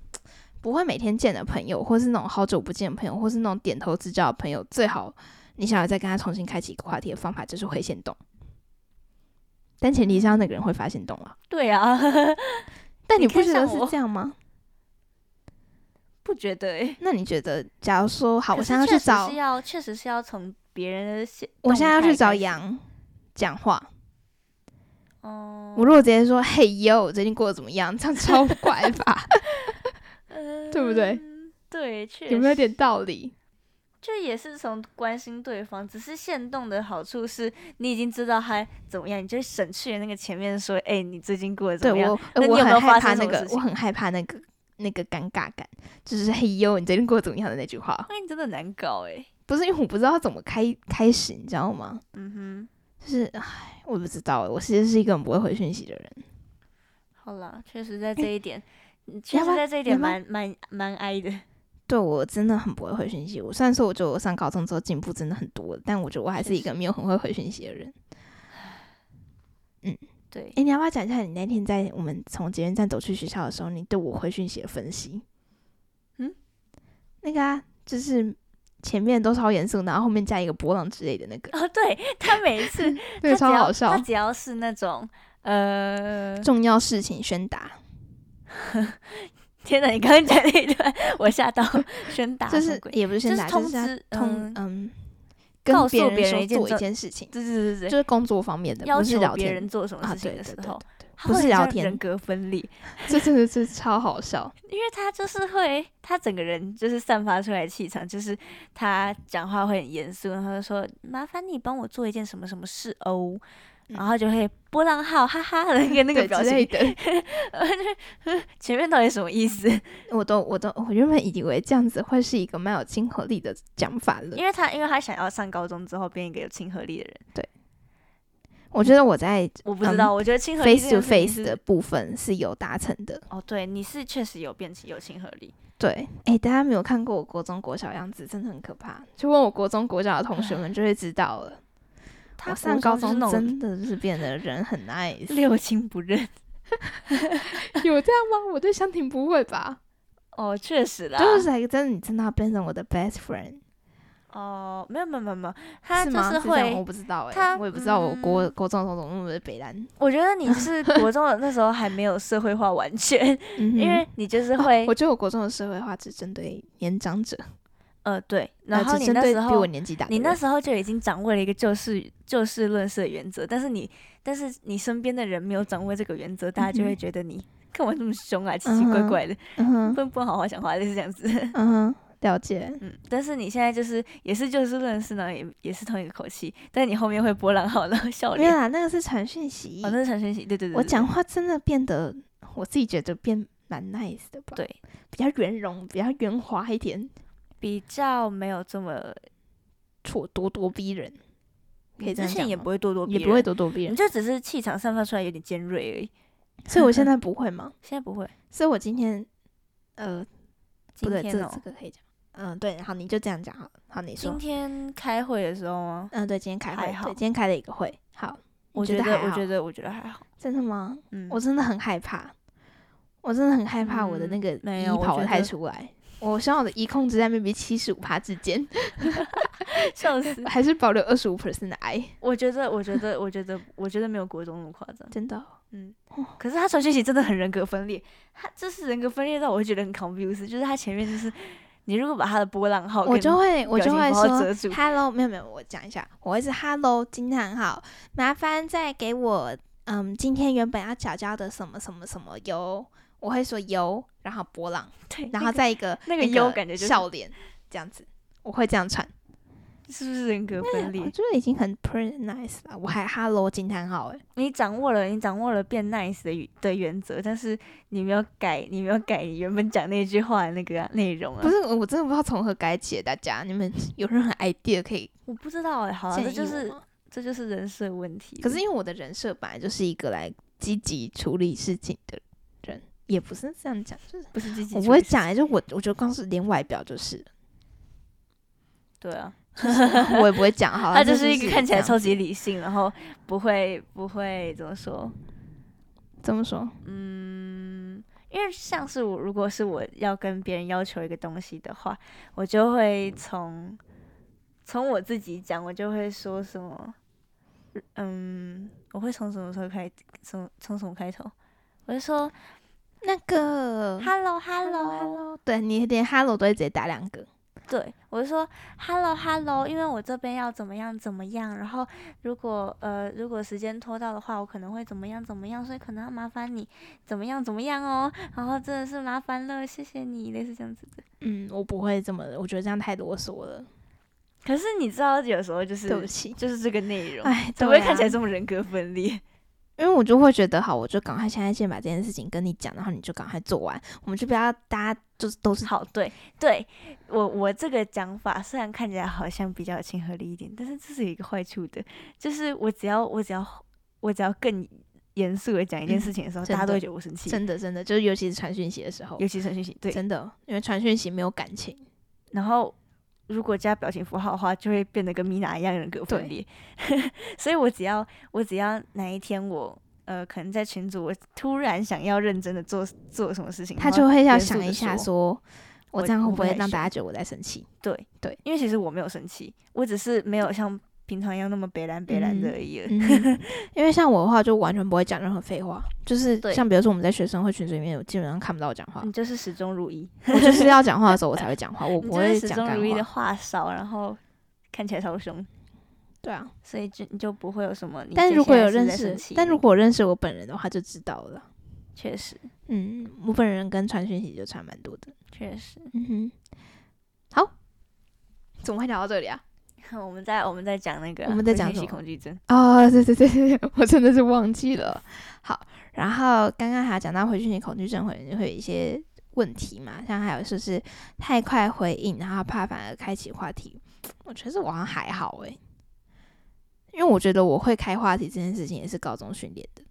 Speaker 2: 不会每天见的朋友，或是那种好久不见的朋友，或是那种点头之交的朋友，最好你想要再跟他重新开启一个话题的方法就是回线动。但前提是要那个人会发现动啊。
Speaker 1: 对啊， <laughs>
Speaker 2: 但
Speaker 1: 你
Speaker 2: 你不
Speaker 1: 看
Speaker 2: 觉得
Speaker 1: 上
Speaker 2: 是
Speaker 1: 我
Speaker 2: 这样吗？
Speaker 1: 不觉得欸
Speaker 2: 那你觉得，假如说
Speaker 1: 可
Speaker 2: 好，啊我
Speaker 1: 是确
Speaker 2: 现在要去
Speaker 1: 实
Speaker 2: 找
Speaker 1: 是，要确实是要从别人的线
Speaker 2: 我现在要
Speaker 1: 动态
Speaker 2: 去找
Speaker 1: 开始。
Speaker 2: 羊讲话。
Speaker 1: 哦，
Speaker 2: 我如果直接说“嘿哟，最近过得怎么样”，这样超怪吧？对不对
Speaker 1: 嗯？对， <laughs> 确实
Speaker 2: 有没有点道理？
Speaker 1: 就也是从关心对方，只是限动的好处是你已经知道他怎么样，你就省去了那个前面说，哎、你最近过得怎
Speaker 2: 对
Speaker 1: 么样？
Speaker 2: 我，
Speaker 1: 那
Speaker 2: 呃
Speaker 1: 你
Speaker 2: 我
Speaker 1: 有没有
Speaker 2: 很害
Speaker 1: 发
Speaker 2: 怕
Speaker 1: 生什
Speaker 2: 那
Speaker 1: 么
Speaker 2: 个
Speaker 1: 事，情
Speaker 2: 我很害怕那个那个尴尬感，就是“嘿哟，你最近过得怎么样”的那句话，
Speaker 1: 那你真的很难搞哎、
Speaker 2: 不是因为我不知道怎么开开始，你知道吗？
Speaker 1: 嗯
Speaker 2: 就是唉，我不知道欸，我其实是一个很不会回讯息的人。
Speaker 1: 哼，好啦，确实在这一点，嗯确
Speaker 2: 要不
Speaker 1: 实在
Speaker 2: 要
Speaker 1: 这一
Speaker 2: 要
Speaker 1: 点
Speaker 2: 不要
Speaker 1: 蛮蛮蛮哀的。
Speaker 2: 对我真的很不会回讯息。我虽然说我觉得我上高中之后进步真的很多，但我觉得我还是一
Speaker 1: 确
Speaker 2: 个没有很会回讯息的人。 <laughs>
Speaker 1: 对
Speaker 2: 诶，，你要不要讲一下你那天在我们从捷运站走去学校的时候，你对我回讯息的分析？
Speaker 1: 嗯，
Speaker 2: 那个啊，就是前面都超严肃，然后后面加一个波浪之类的那个，
Speaker 1: 哦，对他每一
Speaker 2: <laughs>
Speaker 1: 次
Speaker 2: 那个
Speaker 1: 他只
Speaker 2: 超
Speaker 1: 要
Speaker 2: 好笑
Speaker 1: 他。只要是那种呃，
Speaker 2: 重要事情宣达，
Speaker 1: 天哪！你刚刚讲那一段，我吓到，宣达
Speaker 2: 就
Speaker 1: 什么
Speaker 2: 是
Speaker 1: 鬼
Speaker 2: 也不是宣达，
Speaker 1: 就是
Speaker 2: 就是他
Speaker 1: 通知
Speaker 2: 通
Speaker 1: 嗯
Speaker 2: 嗯，
Speaker 1: 告
Speaker 2: 跟
Speaker 1: 诉
Speaker 2: 别
Speaker 1: 别人
Speaker 2: 说
Speaker 1: 一件
Speaker 2: 做一
Speaker 1: 重
Speaker 2: 件事情，
Speaker 1: 对对对
Speaker 2: 就
Speaker 1: 对，
Speaker 2: 是工作方面的，
Speaker 1: 要
Speaker 2: 不是
Speaker 1: 求
Speaker 2: 聊
Speaker 1: 别
Speaker 2: 天
Speaker 1: 人做什么
Speaker 2: 啊，
Speaker 1: 事
Speaker 2: 对
Speaker 1: 情
Speaker 2: 对
Speaker 1: 的时
Speaker 2: 对
Speaker 1: 候，
Speaker 2: 对对
Speaker 1: 他
Speaker 2: 不
Speaker 1: 会
Speaker 2: 是
Speaker 1: 很
Speaker 2: 聊
Speaker 1: 像
Speaker 2: 天
Speaker 1: 人格分裂，
Speaker 2: 这真的是超好笑。
Speaker 1: 因为他就是会，他整个人就是散发出来的气场，就是他讲话会很严肃，然后就说麻烦你帮我做一件什么什么事哦，
Speaker 2: 嗯
Speaker 1: 然后就会波浪号哈哈的那 <laughs> 个那个
Speaker 2: 对
Speaker 1: 表
Speaker 2: 之类
Speaker 1: <laughs> 情，
Speaker 2: 的，
Speaker 1: 前面到底什么意思？
Speaker 2: 我都我都我原本以为这样子会是一个蛮有亲和力的讲法了。
Speaker 1: 因为他因为他想要上高中之后变一个有亲和力的人，
Speaker 2: 我觉得我在
Speaker 1: 我不知道，我觉得亲和力
Speaker 2: 嗯
Speaker 1: 这
Speaker 2: face to
Speaker 1: 件事
Speaker 2: face
Speaker 1: 情
Speaker 2: 的
Speaker 1: 是
Speaker 2: 部分是有达成的。
Speaker 1: 哦，对，你是确实有变起有亲和力，
Speaker 2: 对，哎、大家没有看过我国中国小样子，真的很可怕。就问我国中国小的同学们就会知道了。
Speaker 1: 他
Speaker 2: 我上高中
Speaker 1: 那种
Speaker 2: 真的是变得人很
Speaker 1: <laughs>
Speaker 2: nice，
Speaker 1: 六亲不认。
Speaker 2: 有这样吗？我对香婷不会吧？
Speaker 1: 哦，确实啦，
Speaker 2: <laughs> 就是还真的，你真的要变成我的 best friend，
Speaker 1: 哦，没有没有没有没有，他就是
Speaker 2: 吗？这样我
Speaker 1: 会，
Speaker 2: 不知道哎、
Speaker 1: 他
Speaker 2: 我也不知道我国、
Speaker 1: 嗯
Speaker 2: 国中的同学们是北兰，
Speaker 1: 我觉得
Speaker 2: <laughs>
Speaker 1: 你是国中的那时候还没有社会化完全，
Speaker 2: 嗯哼
Speaker 1: 因为你就是
Speaker 2: 哦
Speaker 1: 会
Speaker 2: 我，觉得我国中的社会化只针对年长者，
Speaker 1: 呃，对，
Speaker 2: 呃
Speaker 1: 然后
Speaker 2: 只
Speaker 1: 你
Speaker 2: 针
Speaker 1: 那
Speaker 2: 对
Speaker 1: 时
Speaker 2: 比我
Speaker 1: 候，
Speaker 2: 年纪大的
Speaker 1: 你
Speaker 2: 人，
Speaker 1: 那时候就已经掌握了一个就事就事论事的原则，但是你但是你身边的人没有掌握这个原则，大家就
Speaker 2: 嗯
Speaker 1: 会
Speaker 2: 哼
Speaker 1: 觉得你干嘛这么凶啊，奇奇怪
Speaker 2: 嗯哼
Speaker 1: 怪的，
Speaker 2: 嗯哼
Speaker 1: 不能不能好好讲话，就是这样子。
Speaker 2: 嗯哼，了解，
Speaker 1: 嗯，但是你现在就是也是就事论事呢，也也是同一个口气，但你后面会波浪号然后 <laughs> 笑
Speaker 2: 没有
Speaker 1: 脸，
Speaker 2: 啦，那个是传讯息，
Speaker 1: 哦，那是陈晨曦，对对对，
Speaker 2: 我
Speaker 1: 对
Speaker 2: 讲话真的变得，我自己觉得变蛮 nice 的吧，
Speaker 1: 对，
Speaker 2: 比较圆融，比较圆滑一点，
Speaker 1: 比较没有这么，
Speaker 2: 咄咄咄逼人，可以这
Speaker 1: 之
Speaker 2: 样
Speaker 1: 前
Speaker 2: 讲
Speaker 1: 也
Speaker 2: 吗
Speaker 1: 不会咄咄逼
Speaker 2: 也
Speaker 1: 人，
Speaker 2: 不会咄咄逼
Speaker 1: 你
Speaker 2: 人，
Speaker 1: 就只是气场散发出来有点尖锐而已。
Speaker 2: 所以我
Speaker 1: <laughs>
Speaker 2: 现在不会嘛，
Speaker 1: 现在不会，
Speaker 2: 所以我今天，呃，
Speaker 1: 今
Speaker 2: 不对，
Speaker 1: 天
Speaker 2: 这
Speaker 1: 哦
Speaker 2: 这，个可以讲，嗯，对，好，你就这样讲好了，好，你说
Speaker 1: 今，天开会的时候吗？
Speaker 2: 嗯，对，今天开
Speaker 1: 还
Speaker 2: 会，
Speaker 1: 好
Speaker 2: 对，今天开了一个会，好，
Speaker 1: 我
Speaker 2: 你觉
Speaker 1: 觉
Speaker 2: 还
Speaker 1: 得，我
Speaker 2: 好
Speaker 1: 觉得，我觉得还好。
Speaker 2: 真的吗？
Speaker 1: 嗯，
Speaker 2: 我真的很害怕，我真的很害怕我的那
Speaker 1: 嗯
Speaker 2: 个
Speaker 1: 没
Speaker 2: 一
Speaker 1: 有我
Speaker 2: 跑
Speaker 1: 觉
Speaker 2: 得太
Speaker 1: 得
Speaker 2: 出来。我希望我的一控制在 maybe 七十五趴之
Speaker 1: <laughs>
Speaker 2: 间，
Speaker 1: 笑
Speaker 2: <laughs>！
Speaker 1: 死
Speaker 2: 还是保留二十五 percent 的癌，
Speaker 1: 我觉得，我觉得，我觉得，我觉得没有国中那么夸张。
Speaker 2: 真的哦。
Speaker 1: 嗯，可是他传讯息真的很人格分裂，他这是人格分裂到我会觉得很 confused，就是他前面就是你如果把他的波浪号
Speaker 2: 我
Speaker 1: 跟
Speaker 2: 就会我
Speaker 1: 表
Speaker 2: 就
Speaker 1: 情
Speaker 2: 会
Speaker 1: 包
Speaker 2: 说
Speaker 1: 遮住
Speaker 2: hello，没有没有，我讲一下，我会是 hello，今天很好，麻烦再给我嗯，今天原本要缴交的什么什么什么油，我会说油，然后波浪，
Speaker 1: 对，
Speaker 2: 然
Speaker 1: 那
Speaker 2: 后
Speaker 1: 个
Speaker 2: 再一个
Speaker 1: 那个油感觉就是
Speaker 2: 笑脸这样子，我会这样传。
Speaker 1: 是不是人格分裂
Speaker 2: 我？觉得已经很 pretty nice 了，我还 hello 惊叹号哎，
Speaker 1: 你掌握了，你掌握了变 nice 的语的原则，但是你没有改，你没有改你原本讲那句话的那个啊内容啊。
Speaker 2: 不，是，我真的不知道从何改起，大家你们 <laughs> 有任何 idea 可以
Speaker 1: 我不知道哎、好、啊，
Speaker 2: 建
Speaker 1: 这
Speaker 2: 议
Speaker 1: 就
Speaker 2: 我
Speaker 1: 是
Speaker 2: 吗？
Speaker 1: 这就是人设问题。
Speaker 2: 可是因为我的人设本来就是一个来积极处理事情的人，也不是这样讲，就是
Speaker 1: 不是积极
Speaker 2: 我
Speaker 1: 处
Speaker 2: 不会
Speaker 1: 理
Speaker 2: 讲，欸就我我觉得光是连外表就是
Speaker 1: <laughs>
Speaker 2: 了，
Speaker 1: 对啊，
Speaker 2: 我也不会讲好了。
Speaker 1: <laughs>
Speaker 2: 啊
Speaker 1: 他就是一个看起来
Speaker 2: 这样
Speaker 1: 超级理性，然后不会不会怎么说，
Speaker 2: 怎么说？
Speaker 1: 嗯，因为像是我，如果是我要跟别人要求一个东西的话，我就会从从我自己讲，我就会说什么，嗯，我会从什么时候开，从从什么开头，我就说
Speaker 2: 那个
Speaker 1: hello hello hello，
Speaker 2: hello，对你连 hello 都会直接打两个，
Speaker 1: 对我就说 hello hello，因为我这边要怎么样怎么样，然后如果呃如果时间拖到的话，我可能会怎么样怎么样，所以可能要麻烦你怎么样怎么样哦，然后真的是麻烦了，谢谢你，类似这样子的。
Speaker 2: 嗯，我不会这么，我觉得这样太啰嗦了，
Speaker 1: 可是你知道，有时候就是
Speaker 2: 对不起。
Speaker 1: 就是这个内容，
Speaker 2: 哎，
Speaker 1: 怎么
Speaker 2: 对
Speaker 1: 会看起来
Speaker 2: 啊
Speaker 1: 这么人格分裂？
Speaker 2: 因为我就会觉得，好，我就赶快现在先把这件事情跟你讲，然后你就赶快做完，我们就不要大家就是都是
Speaker 1: 好，对对，我我这个讲法虽然看起来好像比较有亲和力一点，但是这是有一个坏处的，就是我只要我只要我只要更严肃的讲一件事情的时候，
Speaker 2: 嗯真
Speaker 1: 大家都
Speaker 2: 的
Speaker 1: 会觉得我生气，
Speaker 2: 真的真的，就是尤其是传讯息的时候
Speaker 1: 尤，其是讯息对。
Speaker 2: 真的，因为传讯息没有感情。
Speaker 1: 然后如果加表情符号的话，就会变得跟米娜一样人格分裂。 <laughs> 所以我只要我只要哪一天我呃可能在群组，我突然想要认真的做做什么事情，
Speaker 2: 他
Speaker 1: 然后
Speaker 2: 就会要
Speaker 1: 严肃
Speaker 2: 想
Speaker 1: 地
Speaker 2: 一下
Speaker 1: 说
Speaker 2: 说，我这样会不会让大家觉得我在生
Speaker 1: <laughs>
Speaker 2: 气？
Speaker 1: 对
Speaker 2: 对，
Speaker 1: 因为其实我没有生气，我只是没有像平常一样那么北蓝北蓝的
Speaker 2: 嗯
Speaker 1: 而已了。
Speaker 2: 嗯，因为像我的话，就完全不会讲任何废话，就是
Speaker 1: 对
Speaker 2: 像比如说我们在学生会群组里面，我基本上看不到
Speaker 1: <laughs>
Speaker 2: 我讲话，
Speaker 1: 你就是始终如一，
Speaker 2: 我就是要讲话的时候我才会讲话，我
Speaker 1: 你
Speaker 2: 不
Speaker 1: 就
Speaker 2: 会
Speaker 1: 是始
Speaker 2: 讲
Speaker 1: 终
Speaker 2: 干
Speaker 1: 如一的
Speaker 2: 话。
Speaker 1: 话少，然后看起来超凶，
Speaker 2: 对啊，
Speaker 1: 所以就你就不会有什么你
Speaker 2: 但
Speaker 1: 这
Speaker 2: 如
Speaker 1: 些
Speaker 2: 果有
Speaker 1: 人是
Speaker 2: 认
Speaker 1: 在生
Speaker 2: 识
Speaker 1: 气，
Speaker 2: 但
Speaker 1: 的
Speaker 2: 如果认识我本人的话，就知道了。
Speaker 1: 确实
Speaker 2: 嗯，我本人跟传讯息就差蛮多的。
Speaker 1: 确实， <laughs>
Speaker 2: 嗯哼，好，怎么会聊到这里啊？
Speaker 1: 我们在我们在讲那个啊
Speaker 2: 我们在
Speaker 1: 回
Speaker 2: 讲
Speaker 1: 信
Speaker 2: 什
Speaker 1: 息
Speaker 2: 么
Speaker 1: 恐惧症，
Speaker 2: 啊，对对对对，对我真的是忘记了。好，然后刚刚还讲到回讯息恐惧症会会有一些问题嘛，像还有就是太快回应，然后怕反而开启话题。我觉得我好像还好诶、因为我觉得我会开话题这件事情也是高中训练的。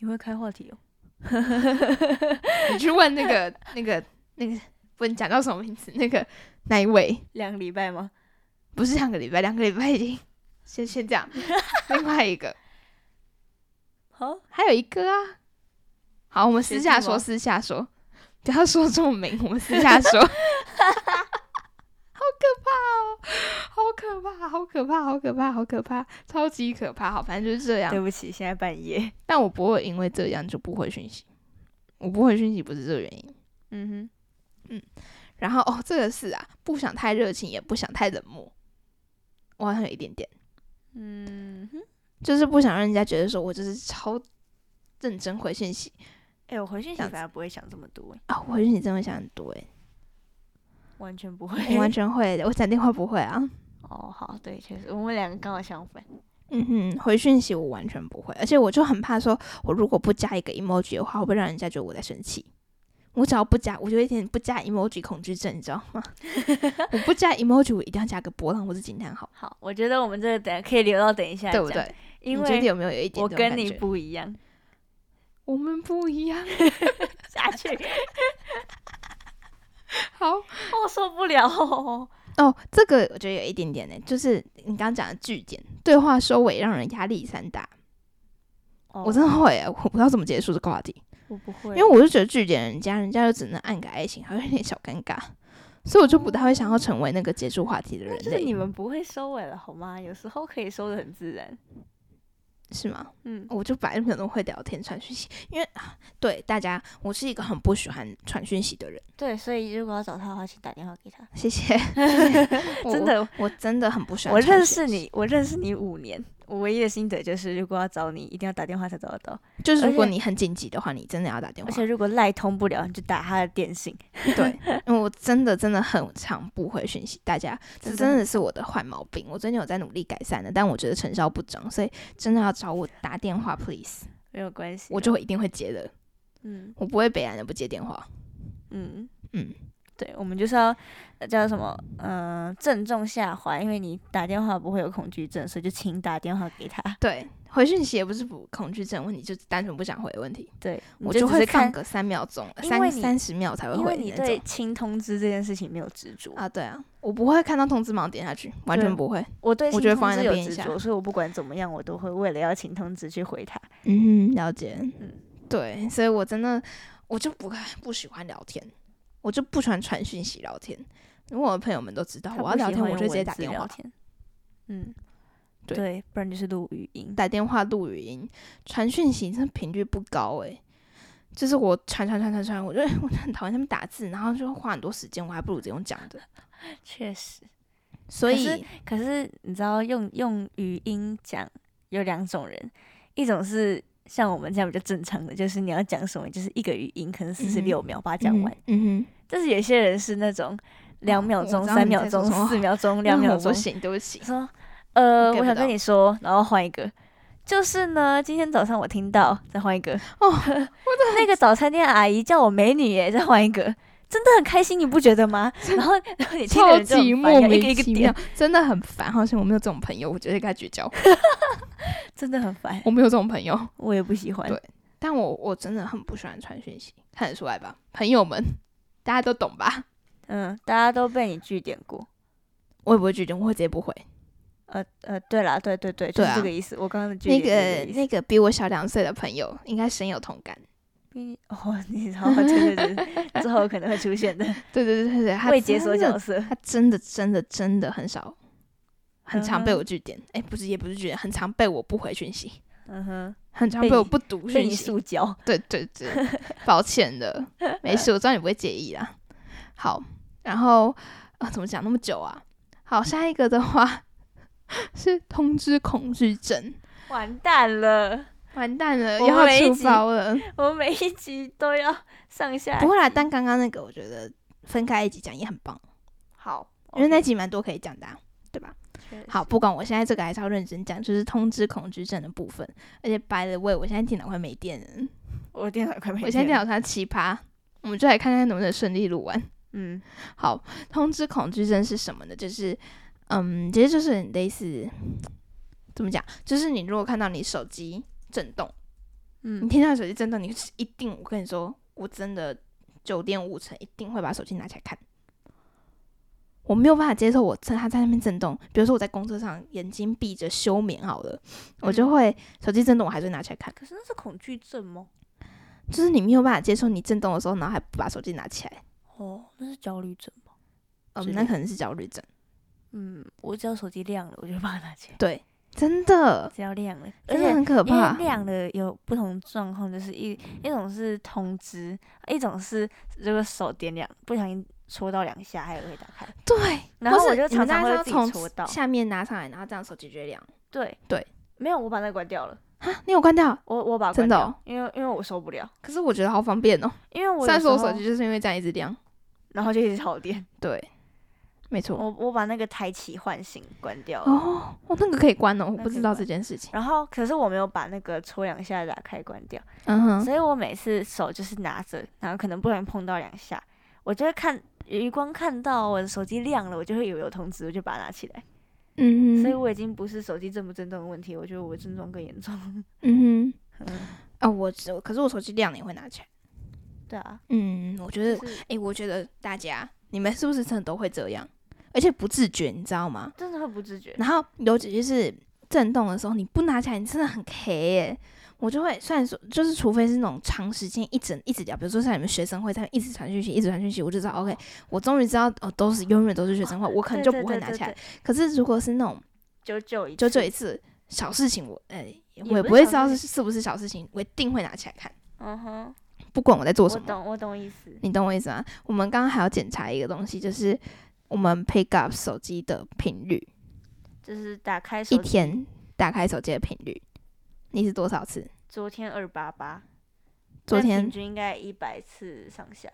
Speaker 1: 你会开话题哦？
Speaker 2: 你去问那个那个那个，不，你讲到什么名字？那个那一位？
Speaker 1: 两个礼拜吗？
Speaker 2: 不是两个礼拜，两个礼拜已经先先 <laughs> 这样。另外一个
Speaker 1: 好，
Speaker 2: 还有一个啊，好，我们私下
Speaker 1: 学弟吗
Speaker 2: 说，私下 <laughs> 说，不要说这么明，我们私下说。哦好可怕哦！好可怕，好可怕，好可怕，好可怕，超级可怕！好，反正就是这
Speaker 1: 对
Speaker 2: 样。
Speaker 1: 不起，现在半夜。
Speaker 2: 但我不会因为这样就不回讯息，我不回讯息不是这个原因。
Speaker 1: 嗯
Speaker 2: 然后哦，这个是啊，不想太热情，也不想太冷漠，我好像有一点点。
Speaker 1: 哼，嗯哼。
Speaker 2: 就是不想让人家觉得说我就是超认真回信息
Speaker 1: 哎、我回讯息
Speaker 2: 这样
Speaker 1: 反而不会想这么多、哎，
Speaker 2: 啊、我回信息真的想很多诶、
Speaker 1: 完全不
Speaker 2: 我
Speaker 1: <laughs>
Speaker 2: 完
Speaker 1: 会。
Speaker 2: 全会的，我讲电话不会啊。
Speaker 1: 哦，好，对，确实，我们两个刚好相反。
Speaker 2: 嗯哼，回讯息我完全不会，而且我就很怕说，我如果不加一个 emoji 的话，会不会让人家觉得我在生气？我只要不加，我就有一点不加 emoji 恐惧症，你知道吗？我不加 emoji，我一定要加个波浪或是惊
Speaker 1: <laughs>
Speaker 2: 叹号，
Speaker 1: 好，我觉得我们这个等下可以留到等一下
Speaker 2: 对不
Speaker 1: 讲
Speaker 2: 对？
Speaker 1: 因
Speaker 2: 你觉得
Speaker 1: 为
Speaker 2: 有没有有一点
Speaker 1: 我
Speaker 2: 这种
Speaker 1: 跟你
Speaker 2: 感觉，
Speaker 1: 不一
Speaker 2: <laughs>
Speaker 1: 样。
Speaker 2: 我们不一样。 <laughs>
Speaker 1: 下去，
Speaker 2: 好， <laughs>
Speaker 1: 我受不了、 <laughs> 哦。
Speaker 2: 哦，这个我觉得有一点点呢，就是你刚刚讲的句点，对话收尾让人压力山大。我真的会啊耶，我不知道怎么结束这个话题，
Speaker 1: 我不哦会，
Speaker 2: 因为我就觉得据点人家，人家就只能按个爱心，还会有点小尴尬，所以我就不太会想要成为那个结束话题的人
Speaker 1: 就是
Speaker 2: 类，
Speaker 1: 你们不会收尾了好吗？有时候可以收的很自然。
Speaker 2: 是吗？
Speaker 1: 嗯，
Speaker 2: 我就本来可能会聊天传讯息，因为啊对大家，我是一个很不喜欢传讯息的人，
Speaker 1: 对，所以如果要找他的话，请打电话给他。<laughs>
Speaker 2: 谢谢，我
Speaker 1: 真，的，
Speaker 2: 我我真的很不喜欢，
Speaker 1: 我认识，你，我认识你五年，我唯一的心得就是，如果要找你，一定要打电话才找得到。
Speaker 2: 就是如果
Speaker 1: 而且
Speaker 2: 你很紧急的话，你真的要打电话
Speaker 1: 而，且如果赖通不了，你就打他的电信。<laughs>
Speaker 2: <laughs> 对，因为我真的真的很常不回讯息，大家这
Speaker 1: 真的
Speaker 2: 真的是我的坏毛病，我最近有在努力改善的，但我觉得成效不彰，所以真的要找我打电话，please，
Speaker 1: 没有关系，
Speaker 2: 我就会一定会接的，
Speaker 1: 嗯
Speaker 2: 我不会北然的不接电话。
Speaker 1: 嗯
Speaker 2: 嗯，
Speaker 1: 对，我们就是要呃叫什么，嗯，正中下怀，因为你打电话不会有恐惧症，所以就请打电话给他。
Speaker 2: 对，回讯息也不是不恐惧症问题，就是单纯不想回的问题，
Speaker 1: 对，你
Speaker 2: 我
Speaker 1: 就只
Speaker 2: 会
Speaker 1: 是
Speaker 2: 放
Speaker 1: 看，
Speaker 2: 个三秒钟，
Speaker 1: 因为
Speaker 2: 三
Speaker 1: 你
Speaker 2: 三十秒才会
Speaker 1: 因为
Speaker 2: 回
Speaker 1: 你
Speaker 2: 的那
Speaker 1: 对
Speaker 2: 种。
Speaker 1: 清通知这件事情没有执着。
Speaker 2: 啊，对啊，我不会看到通知盲点下去，完全
Speaker 1: 对
Speaker 2: 不会。
Speaker 1: 我对
Speaker 2: 我
Speaker 1: 清
Speaker 2: 觉得
Speaker 1: 通
Speaker 2: 放在
Speaker 1: 知
Speaker 2: 那
Speaker 1: 有
Speaker 2: 边一
Speaker 1: 执
Speaker 2: 下
Speaker 1: 着，所以我不管怎么样，我都会为了要请通知去回他。
Speaker 2: 嗯哼，了解。
Speaker 1: 嗯
Speaker 2: 对，所以我真的我就不不喜欢聊天，我就不喜欢传讯息聊天。因为我的朋友们都知道，
Speaker 1: 他
Speaker 2: 我要
Speaker 1: 不
Speaker 2: 聊
Speaker 1: 喜
Speaker 2: 天，
Speaker 1: 欢
Speaker 2: 我就
Speaker 1: 用
Speaker 2: 直接
Speaker 1: 文
Speaker 2: 打
Speaker 1: 字
Speaker 2: 电
Speaker 1: 聊
Speaker 2: 话，
Speaker 1: 天 <laughs> 嗯，
Speaker 2: 对
Speaker 1: 对，不然就是录语音。
Speaker 2: 打电话录语音，传讯息真的频率不高诶、就是我传传传传传，我就 <laughs> 我就很讨厌他们打字，然后就花很多时间，我还不如直接用讲的。
Speaker 1: 确实，
Speaker 2: 所
Speaker 1: 可是
Speaker 2: 以
Speaker 1: 可是你知道用用语音讲有两种人，一种是像我们这样比较正常的，就是你要讲什么，就是一个语音可能四十六秒把它讲完。，
Speaker 2: 嗯哼，
Speaker 1: 但是有些人是那种两秒
Speaker 2: 我
Speaker 1: 钟、
Speaker 2: 知道
Speaker 1: 三
Speaker 2: 你
Speaker 1: 秒
Speaker 2: 在说
Speaker 1: 钟、
Speaker 2: 什么
Speaker 1: 四秒 <laughs> 钟、两秒钟
Speaker 2: 不，嗯行，对不起，
Speaker 1: 说呃，
Speaker 2: 我 get
Speaker 1: 我
Speaker 2: 不
Speaker 1: 想跟
Speaker 2: 到
Speaker 1: 你说，然后换一个。就是呢，今天早上我听到，再换一个 <laughs>
Speaker 2: 哦
Speaker 1: 那个早餐店阿姨叫我美女耶，再换一个，真的很开心，你不觉得吗？然后，然后你听的
Speaker 2: 超
Speaker 1: 人就很
Speaker 2: 级
Speaker 1: 烦
Speaker 2: 莫
Speaker 1: 要一个
Speaker 2: 名
Speaker 1: 一个
Speaker 2: 其
Speaker 1: 点
Speaker 2: 妙，，真的很烦。好像我没有这种朋友，我觉得应该绝交。
Speaker 1: 真的很烦，
Speaker 2: 我没有这种朋友。
Speaker 1: 我也不喜欢。
Speaker 2: 对但我我真的很不喜欢传讯息，看得出来吧，朋友们，大家都懂吧？
Speaker 1: 嗯，大家都被你据点过。
Speaker 2: 我也不会拒绝，我会直接不回。
Speaker 1: 呃呃，对啦，对对对，就是
Speaker 2: 对啊
Speaker 1: 这个意思。我刚刚的据
Speaker 2: 那
Speaker 1: 点就是这
Speaker 2: 个
Speaker 1: 个意思
Speaker 2: 那个比我小两岁的朋友应该深有同感。
Speaker 1: 比比你哦，你知道，对对对，之后可能会出现的
Speaker 2: 对对对对对， <laughs> 他
Speaker 1: 未解
Speaker 2: 真
Speaker 1: 锁
Speaker 2: 的
Speaker 1: 角色，
Speaker 2: 他真的真的真的很少，很常
Speaker 1: 嗯
Speaker 2: 被
Speaker 1: 哼
Speaker 2: 我据点。哎、不是也不是据点，很常被我不回讯息，
Speaker 1: 嗯哼，
Speaker 2: 很常
Speaker 1: 被
Speaker 2: 被我
Speaker 1: 你
Speaker 2: 不读
Speaker 1: 被
Speaker 2: 讯
Speaker 1: 你
Speaker 2: 息。
Speaker 1: 塑胶，
Speaker 2: 对对对，抱歉 <laughs> 的，没事，我知道你不会介意啦。好，然后啊，怎么讲那么久啊？好，下一个的话是通知恐惧症，
Speaker 1: 完蛋了，
Speaker 2: 完蛋了，
Speaker 1: 我
Speaker 2: 又
Speaker 1: 们
Speaker 2: 要
Speaker 1: 每一
Speaker 2: 出
Speaker 1: 集
Speaker 2: 包了。
Speaker 1: 我们每一集都要上下集，
Speaker 2: <laughs> 不会啦，但刚刚那个我觉得分开一集讲也很棒，哦
Speaker 1: 好，
Speaker 2: 因为那集蛮多可以讲的啊、对吧？
Speaker 1: 确
Speaker 2: 好，不管我现在这个还是要认真讲，就是通知恐惧症的部分。而且 by the way，我现在电脑快没电了，
Speaker 1: 我电脑快没，
Speaker 2: 我现在电，脑才奇葩，我们就来看看能不能顺利录完。
Speaker 1: 嗯
Speaker 2: 好，通知恐惧症是什么呢？就是，嗯，其实就是很类似，怎么讲？就是你如果看到你手机震动，你
Speaker 1: 嗯，
Speaker 2: 听到手机震动，你是一定，我跟你说，我真的九点五成一定会把手机拿起来看。我没有办法接受我趁它在那边震动，比如说我在公车上眼睛闭着休眠好了，我
Speaker 1: 嗯
Speaker 2: 就会手机震动，我还是会拿起来看。
Speaker 1: 可是那是恐惧症吗？
Speaker 2: 就是你没有办法接受你震动的时候，然后还不把手机拿起来，
Speaker 1: 哦，那是焦虑症吧？
Speaker 2: 嗯
Speaker 1: 是，
Speaker 2: 那可能是焦虑症。
Speaker 1: 嗯，我只要手机亮了，我就把它拿起
Speaker 2: <laughs>
Speaker 1: 来，
Speaker 2: 对，真的，
Speaker 1: 只要亮了，而
Speaker 2: 真的
Speaker 1: 且
Speaker 2: 很可
Speaker 1: 因为
Speaker 2: 怕。
Speaker 1: 亮的有不同状况，就是一一种是通知，一种是如果手点两不小心戳到两下，它也会打开。
Speaker 2: 对，
Speaker 1: 然后
Speaker 2: 或是
Speaker 1: 我就
Speaker 2: 你
Speaker 1: 常
Speaker 2: 们
Speaker 1: 常
Speaker 2: 大家
Speaker 1: 会
Speaker 2: 要
Speaker 1: 自己戳
Speaker 2: 从
Speaker 1: 到。
Speaker 2: 下面拿上来，然后这样手机就会亮。
Speaker 1: 对
Speaker 2: 对，
Speaker 1: 没有，我把那个关掉了，
Speaker 2: 啊，你有关掉？
Speaker 1: 我我把它
Speaker 2: 真
Speaker 1: 关
Speaker 2: 的
Speaker 1: 掉，
Speaker 2: 哦
Speaker 1: 因为因为我受不了，
Speaker 2: 可是我觉得好方便哦。
Speaker 1: 因为我有
Speaker 2: 虽然说我
Speaker 1: 时候
Speaker 2: 手机，就是因为这样一直亮。
Speaker 1: 然后就一直耗电，
Speaker 2: 对，没错。
Speaker 1: 我我把那个抬起唤醒关掉了。
Speaker 2: 哦，哦，那个可以关哦，我
Speaker 1: 那
Speaker 2: 不
Speaker 1: 可
Speaker 2: 知
Speaker 1: 以
Speaker 2: 道
Speaker 1: 关
Speaker 2: 这件事情。
Speaker 1: 然后，可是我没有把那个戳两下打开关掉，
Speaker 2: 嗯哼，
Speaker 1: 所以我每次手就是拿着，然后可能不小心碰到两下，我就会看余光看到我的手机亮了，我就会以为有通知，我就把它拿起来。
Speaker 2: 嗯
Speaker 1: 所以
Speaker 2: 哼，
Speaker 1: 我已经不是手机震不震动的问题，我觉得我的症状更严重。
Speaker 2: 嗯
Speaker 1: 嗯，
Speaker 2: 哼，啊，我只可是我手机亮了也会拿起来。
Speaker 1: <laughs> 对啊，
Speaker 2: 嗯，我觉
Speaker 1: 就
Speaker 2: 得，
Speaker 1: 是
Speaker 2: 哎，我觉得大家你们是不是真的都会这样？而且不自觉，你知道吗？
Speaker 1: 真的会不自觉。
Speaker 2: 然后尤其就是震动的时候，你不拿起来，你真的很 K 耶、我就会虽然说，就是除非是那种长时间一整一直聊，比如说像你们学生会，他们一直传讯息，一直传讯息，我就知道 OK，我终于知道哦，都是永远都是学
Speaker 1: <laughs>
Speaker 2: 生会，我可能就
Speaker 1: 哦对
Speaker 2: 不会
Speaker 1: 对
Speaker 2: 拿
Speaker 1: 对
Speaker 2: 起来
Speaker 1: 对。
Speaker 2: 可是如果是那种
Speaker 1: 久久一
Speaker 2: 就
Speaker 1: 次
Speaker 2: 这一次小事情我，哎，我也
Speaker 1: 不
Speaker 2: 不
Speaker 1: 是
Speaker 2: 会
Speaker 1: 小
Speaker 2: 知道
Speaker 1: 事
Speaker 2: 是是不是小事情，我一定会拿起来看，
Speaker 1: 嗯哼，
Speaker 2: 不管我在做
Speaker 1: 我
Speaker 2: 什么，
Speaker 1: 懂，我懂意思。
Speaker 2: 你懂我意思吗？我们刚刚还要检查一个东西，就是我们 pick up 手机的频率，
Speaker 1: 就是打开手
Speaker 2: 一
Speaker 1: 机，
Speaker 2: 天打开手机的频率，你是多少次？
Speaker 1: 昨天二八八，
Speaker 2: 昨
Speaker 1: 但
Speaker 2: 天
Speaker 1: 平均应该一百次上下。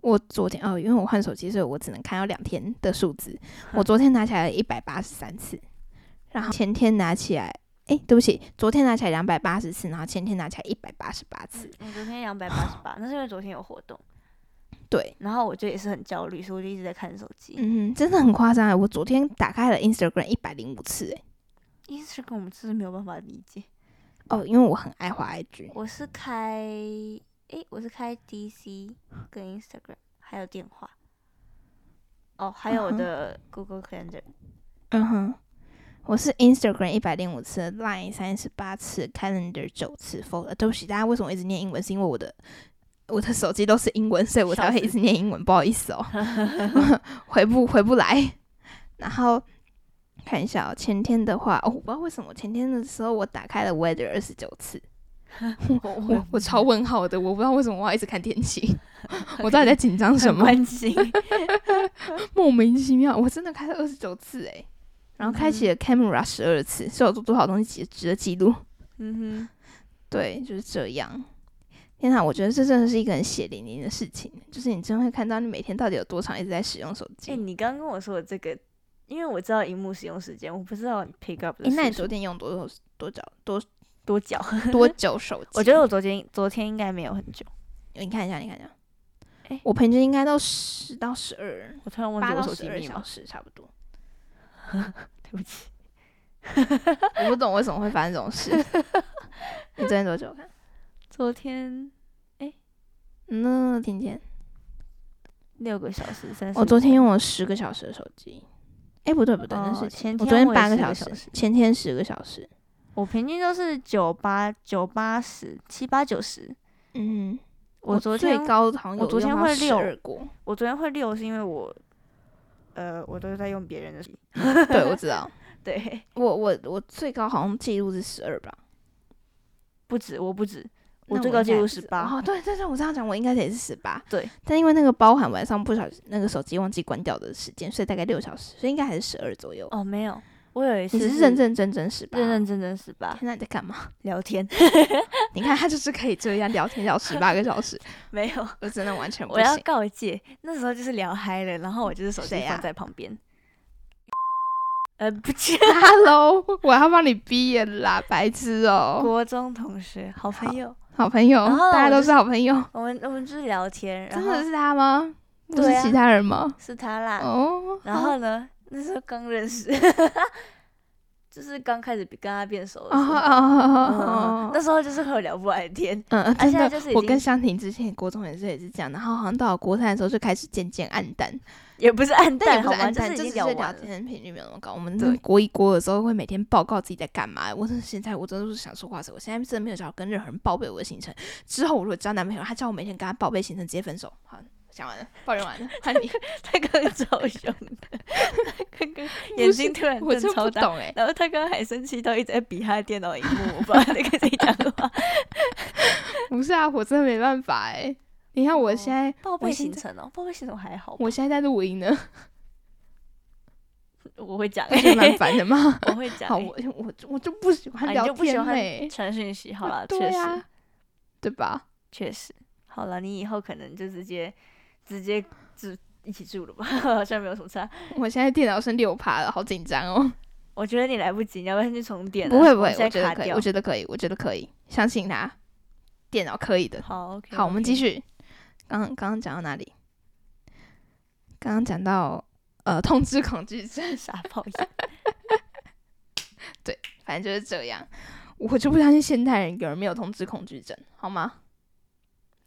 Speaker 2: 我昨天哦，因为我换手机，所以我只能看到两天的数字。
Speaker 1: 嗯
Speaker 2: 我昨天拿起来一百八十三次，然后前天拿起来，诶，对不起，昨天拿起来两百八十次，然后前天拿起来一百八十八次
Speaker 1: 嗯。我昨天两百八十八，那是因为昨天有活动，
Speaker 2: 对，
Speaker 1: 然后我就也是很焦虑，所以我就一直在看手机。
Speaker 2: 嗯哼，真的很夸张啊！我昨天打开了 Instagram 一百零五次，诶，
Speaker 1: Instagram 我们真的没有办法理解。
Speaker 2: 哦，因为我很爱滑 IG。
Speaker 1: 我是开，诶、我是开 DC 跟 Instagram，还有电话。哦，还有我
Speaker 2: 嗯哼
Speaker 1: 的 Google Calendar，、
Speaker 2: 嗯哼，我是 Instagram 一百零五次，Line 三十八次，Calendar 九次。否、呃，对不起，大家为什么我一直念英文？是因为我的我的手机都是英文，所以我才
Speaker 1: 笑
Speaker 2: 会一直念英文，不好意思哦， <laughs> 回不回不来。然后看一下、哦，前天的话，哦，我不知道为什么前天的时候我打开了 Weather 二十九次，
Speaker 1: 我
Speaker 2: 我我超问号的，我不知道为什么我要一直看天气，我到底在紧张 <laughs> 什
Speaker 1: 很
Speaker 2: 么？
Speaker 1: 关
Speaker 2: <laughs>
Speaker 1: 心。
Speaker 2: 莫名其妙，我真的开了二十九次诶、然后开启了 camera 十二次，所以我做多少东西值值得记录。
Speaker 1: 嗯
Speaker 2: 对，就是这样。天哪，我觉得这真的是一个很血淋淋的事情，就是你真会看到你每天到底有多长一直在使用手
Speaker 1: 哼，
Speaker 2: 机。
Speaker 1: 哎、
Speaker 2: <laughs> 诶、
Speaker 1: 你刚刚跟我说的这个，因为我知道荧幕使用时间，我不知道你 pick up 的、
Speaker 2: 哎那你昨天用多久多久多
Speaker 1: 多久？
Speaker 2: 多久手机？
Speaker 1: <laughs> 我觉得我昨天昨天应该没有很久。
Speaker 2: 你看一下，你看一下，
Speaker 1: 诶
Speaker 2: 我平均应该到十到十二，
Speaker 1: 我突然忘
Speaker 2: 八
Speaker 1: 记我
Speaker 2: 到
Speaker 1: 手
Speaker 2: 十
Speaker 1: 机
Speaker 2: 二
Speaker 1: 密
Speaker 2: 小
Speaker 1: 码，
Speaker 2: 时差不多。
Speaker 1: 对不起，
Speaker 2: 我不懂为什么会发生这种 <laughs> 事。你昨天多久看？嗯
Speaker 1: 昨天
Speaker 2: 那今天
Speaker 1: 六个小时三十五分。
Speaker 2: 我哦昨天用了十个小时的手机。哎，不对不对，那
Speaker 1: 哦
Speaker 2: 是
Speaker 1: 前天
Speaker 2: 我昨天
Speaker 1: 我也
Speaker 2: 八个
Speaker 1: 10
Speaker 2: 小
Speaker 1: 个
Speaker 2: 时
Speaker 1: 小时，
Speaker 2: 前天十个小时。
Speaker 1: 我平均都是九八九八十七八九十，
Speaker 2: 嗯，
Speaker 1: 我昨天
Speaker 2: 最高好像
Speaker 1: 我
Speaker 2: 有
Speaker 1: 昨天
Speaker 2: 用到
Speaker 1: 会六
Speaker 2: 12过， <laughs>
Speaker 1: 我昨天会六是因为我，呃，我都是在用别人的。
Speaker 2: <laughs> 对，我知道，
Speaker 1: 对，
Speaker 2: 我我我最高好像记录是十二吧，
Speaker 1: 不止，我不止，我
Speaker 2: 那
Speaker 1: 最高
Speaker 2: 应
Speaker 1: 记
Speaker 2: 该
Speaker 1: 录
Speaker 2: 也是
Speaker 1: 十八。
Speaker 2: 哦，对对对，我这样讲，我应该也是十八。
Speaker 1: 对，
Speaker 2: 但因为那个包含晚上不小心那个手机忘记关掉的时间，所以大概六小时，所以应该还是十二左右。
Speaker 1: 哦，没有，我有一次
Speaker 2: 你是认认真真十八？
Speaker 1: 认认真真十八
Speaker 2: 天哪，你在干嘛？ <laughs>
Speaker 1: 聊天，
Speaker 2: 你看他就是可以这样聊天聊十八个小时，
Speaker 1: <laughs> 没有。
Speaker 2: <laughs> 我真的完全不
Speaker 1: 我要
Speaker 2: 行。
Speaker 1: 告诫，那时候就是聊嗨了，然后我就是手机
Speaker 2: 谁啊
Speaker 1: 放在旁边。呃，不是，
Speaker 2: Hello，我要帮你毕业了啦，白痴哦、
Speaker 1: 国中同学，好朋
Speaker 2: 好 <laughs>
Speaker 1: 友，
Speaker 2: 好朋友，
Speaker 1: 然后
Speaker 2: 大家
Speaker 1: 我
Speaker 2: 都
Speaker 1: 就是
Speaker 2: 好朋友，
Speaker 1: 我们我们就是聊天，然
Speaker 2: 真
Speaker 1: 后
Speaker 2: 的是他吗？不
Speaker 1: 对
Speaker 2: 是
Speaker 1: 啊
Speaker 2: 其他人吗？
Speaker 1: 是他啦，
Speaker 2: 哦，
Speaker 1: <laughs> 然后呢，那时候刚认识， <laughs> 就是刚开始比跟他变熟的时
Speaker 2: 哦哦
Speaker 1: 候，
Speaker 2: 哦
Speaker 1: 嗯，
Speaker 2: 哦，
Speaker 1: 那时候就是会有聊不完的天，
Speaker 2: 嗯，嗯
Speaker 1: 啊，
Speaker 2: 真
Speaker 1: 现在
Speaker 2: 的，
Speaker 1: 就是已
Speaker 2: 我
Speaker 1: 经
Speaker 2: 跟香婷之前国中也是也是这样，然后好像到了国三的时候就开始渐渐暗淡，
Speaker 1: 也不是暗
Speaker 2: 但也
Speaker 1: 淡，
Speaker 2: 不
Speaker 1: 好
Speaker 2: 是
Speaker 1: 吗？
Speaker 2: 暗
Speaker 1: 就
Speaker 2: 淡，
Speaker 1: 是
Speaker 2: 就
Speaker 1: 已经
Speaker 2: 只是
Speaker 1: 聊
Speaker 2: 聊
Speaker 1: 完了。
Speaker 2: 天的频率没有那么高。我们
Speaker 1: 对
Speaker 2: 国一国二的时候会每天报告自己在干嘛。我真的现在我真的是想说话是，我现在真的没有想要跟任何人报备我的行程。之后我如果交男朋友，他叫我每天跟他报备行程，直接分手。好，讲完了，抱怨完了，换 <laughs> 你。
Speaker 1: 他刚刚
Speaker 2: <laughs>
Speaker 1: 超凶的，他刚刚眼睛突然
Speaker 2: 我
Speaker 1: 瞪
Speaker 2: 就
Speaker 1: 超
Speaker 2: 不
Speaker 1: 大，
Speaker 2: 懂哎、
Speaker 1: 然后他刚刚还生气到一直在比他的电脑荧幕，我不知道他在跟谁讲
Speaker 2: <laughs>
Speaker 1: 话。
Speaker 2: <laughs> 不是啊，我真的没办法哎、你看我
Speaker 1: 哦
Speaker 2: 现在，
Speaker 1: 报备
Speaker 2: 我现
Speaker 1: 行
Speaker 2: 在
Speaker 1: 程哦，报备行程还好吧，
Speaker 2: 我现在在录音
Speaker 1: <laughs>
Speaker 2: 呢，
Speaker 1: 我会
Speaker 2: <laughs>
Speaker 1: 讲，
Speaker 2: 不觉得蛮烦
Speaker 1: <laughs>
Speaker 2: 的吗？
Speaker 1: 我会讲欸
Speaker 2: 好，，我我我就不喜欢
Speaker 1: 啊你
Speaker 2: 聊
Speaker 1: 就不喜
Speaker 2: 天
Speaker 1: 欢
Speaker 2: 嘞、
Speaker 1: 传讯息好啦，
Speaker 2: 对啊
Speaker 1: 确
Speaker 2: 呀、
Speaker 1: 实
Speaker 2: 对吧？
Speaker 1: 确实，好了，你以后可能就直接直接住一起住了吧，好像没有什么差。
Speaker 2: 我现在电脑剩六趴了，好紧张哦。
Speaker 1: 我觉得你来不及，你要不要先去重点啊？
Speaker 2: 不会不
Speaker 1: 我
Speaker 2: 会，
Speaker 1: 现在
Speaker 2: 我觉得
Speaker 1: 卡
Speaker 2: 可以，
Speaker 1: 掉
Speaker 2: 我。觉得可以，我觉得可以，相信他，电脑可以的。
Speaker 1: 好，OK，
Speaker 2: 好，我们继
Speaker 1: 续。
Speaker 2: 续。刚刚刚讲到哪里？刚刚讲到呃，通知恐惧症，
Speaker 1: 傻爆眼，
Speaker 2: 反正就是这样。我就不相信现代人有人没有通知恐惧症，好吗？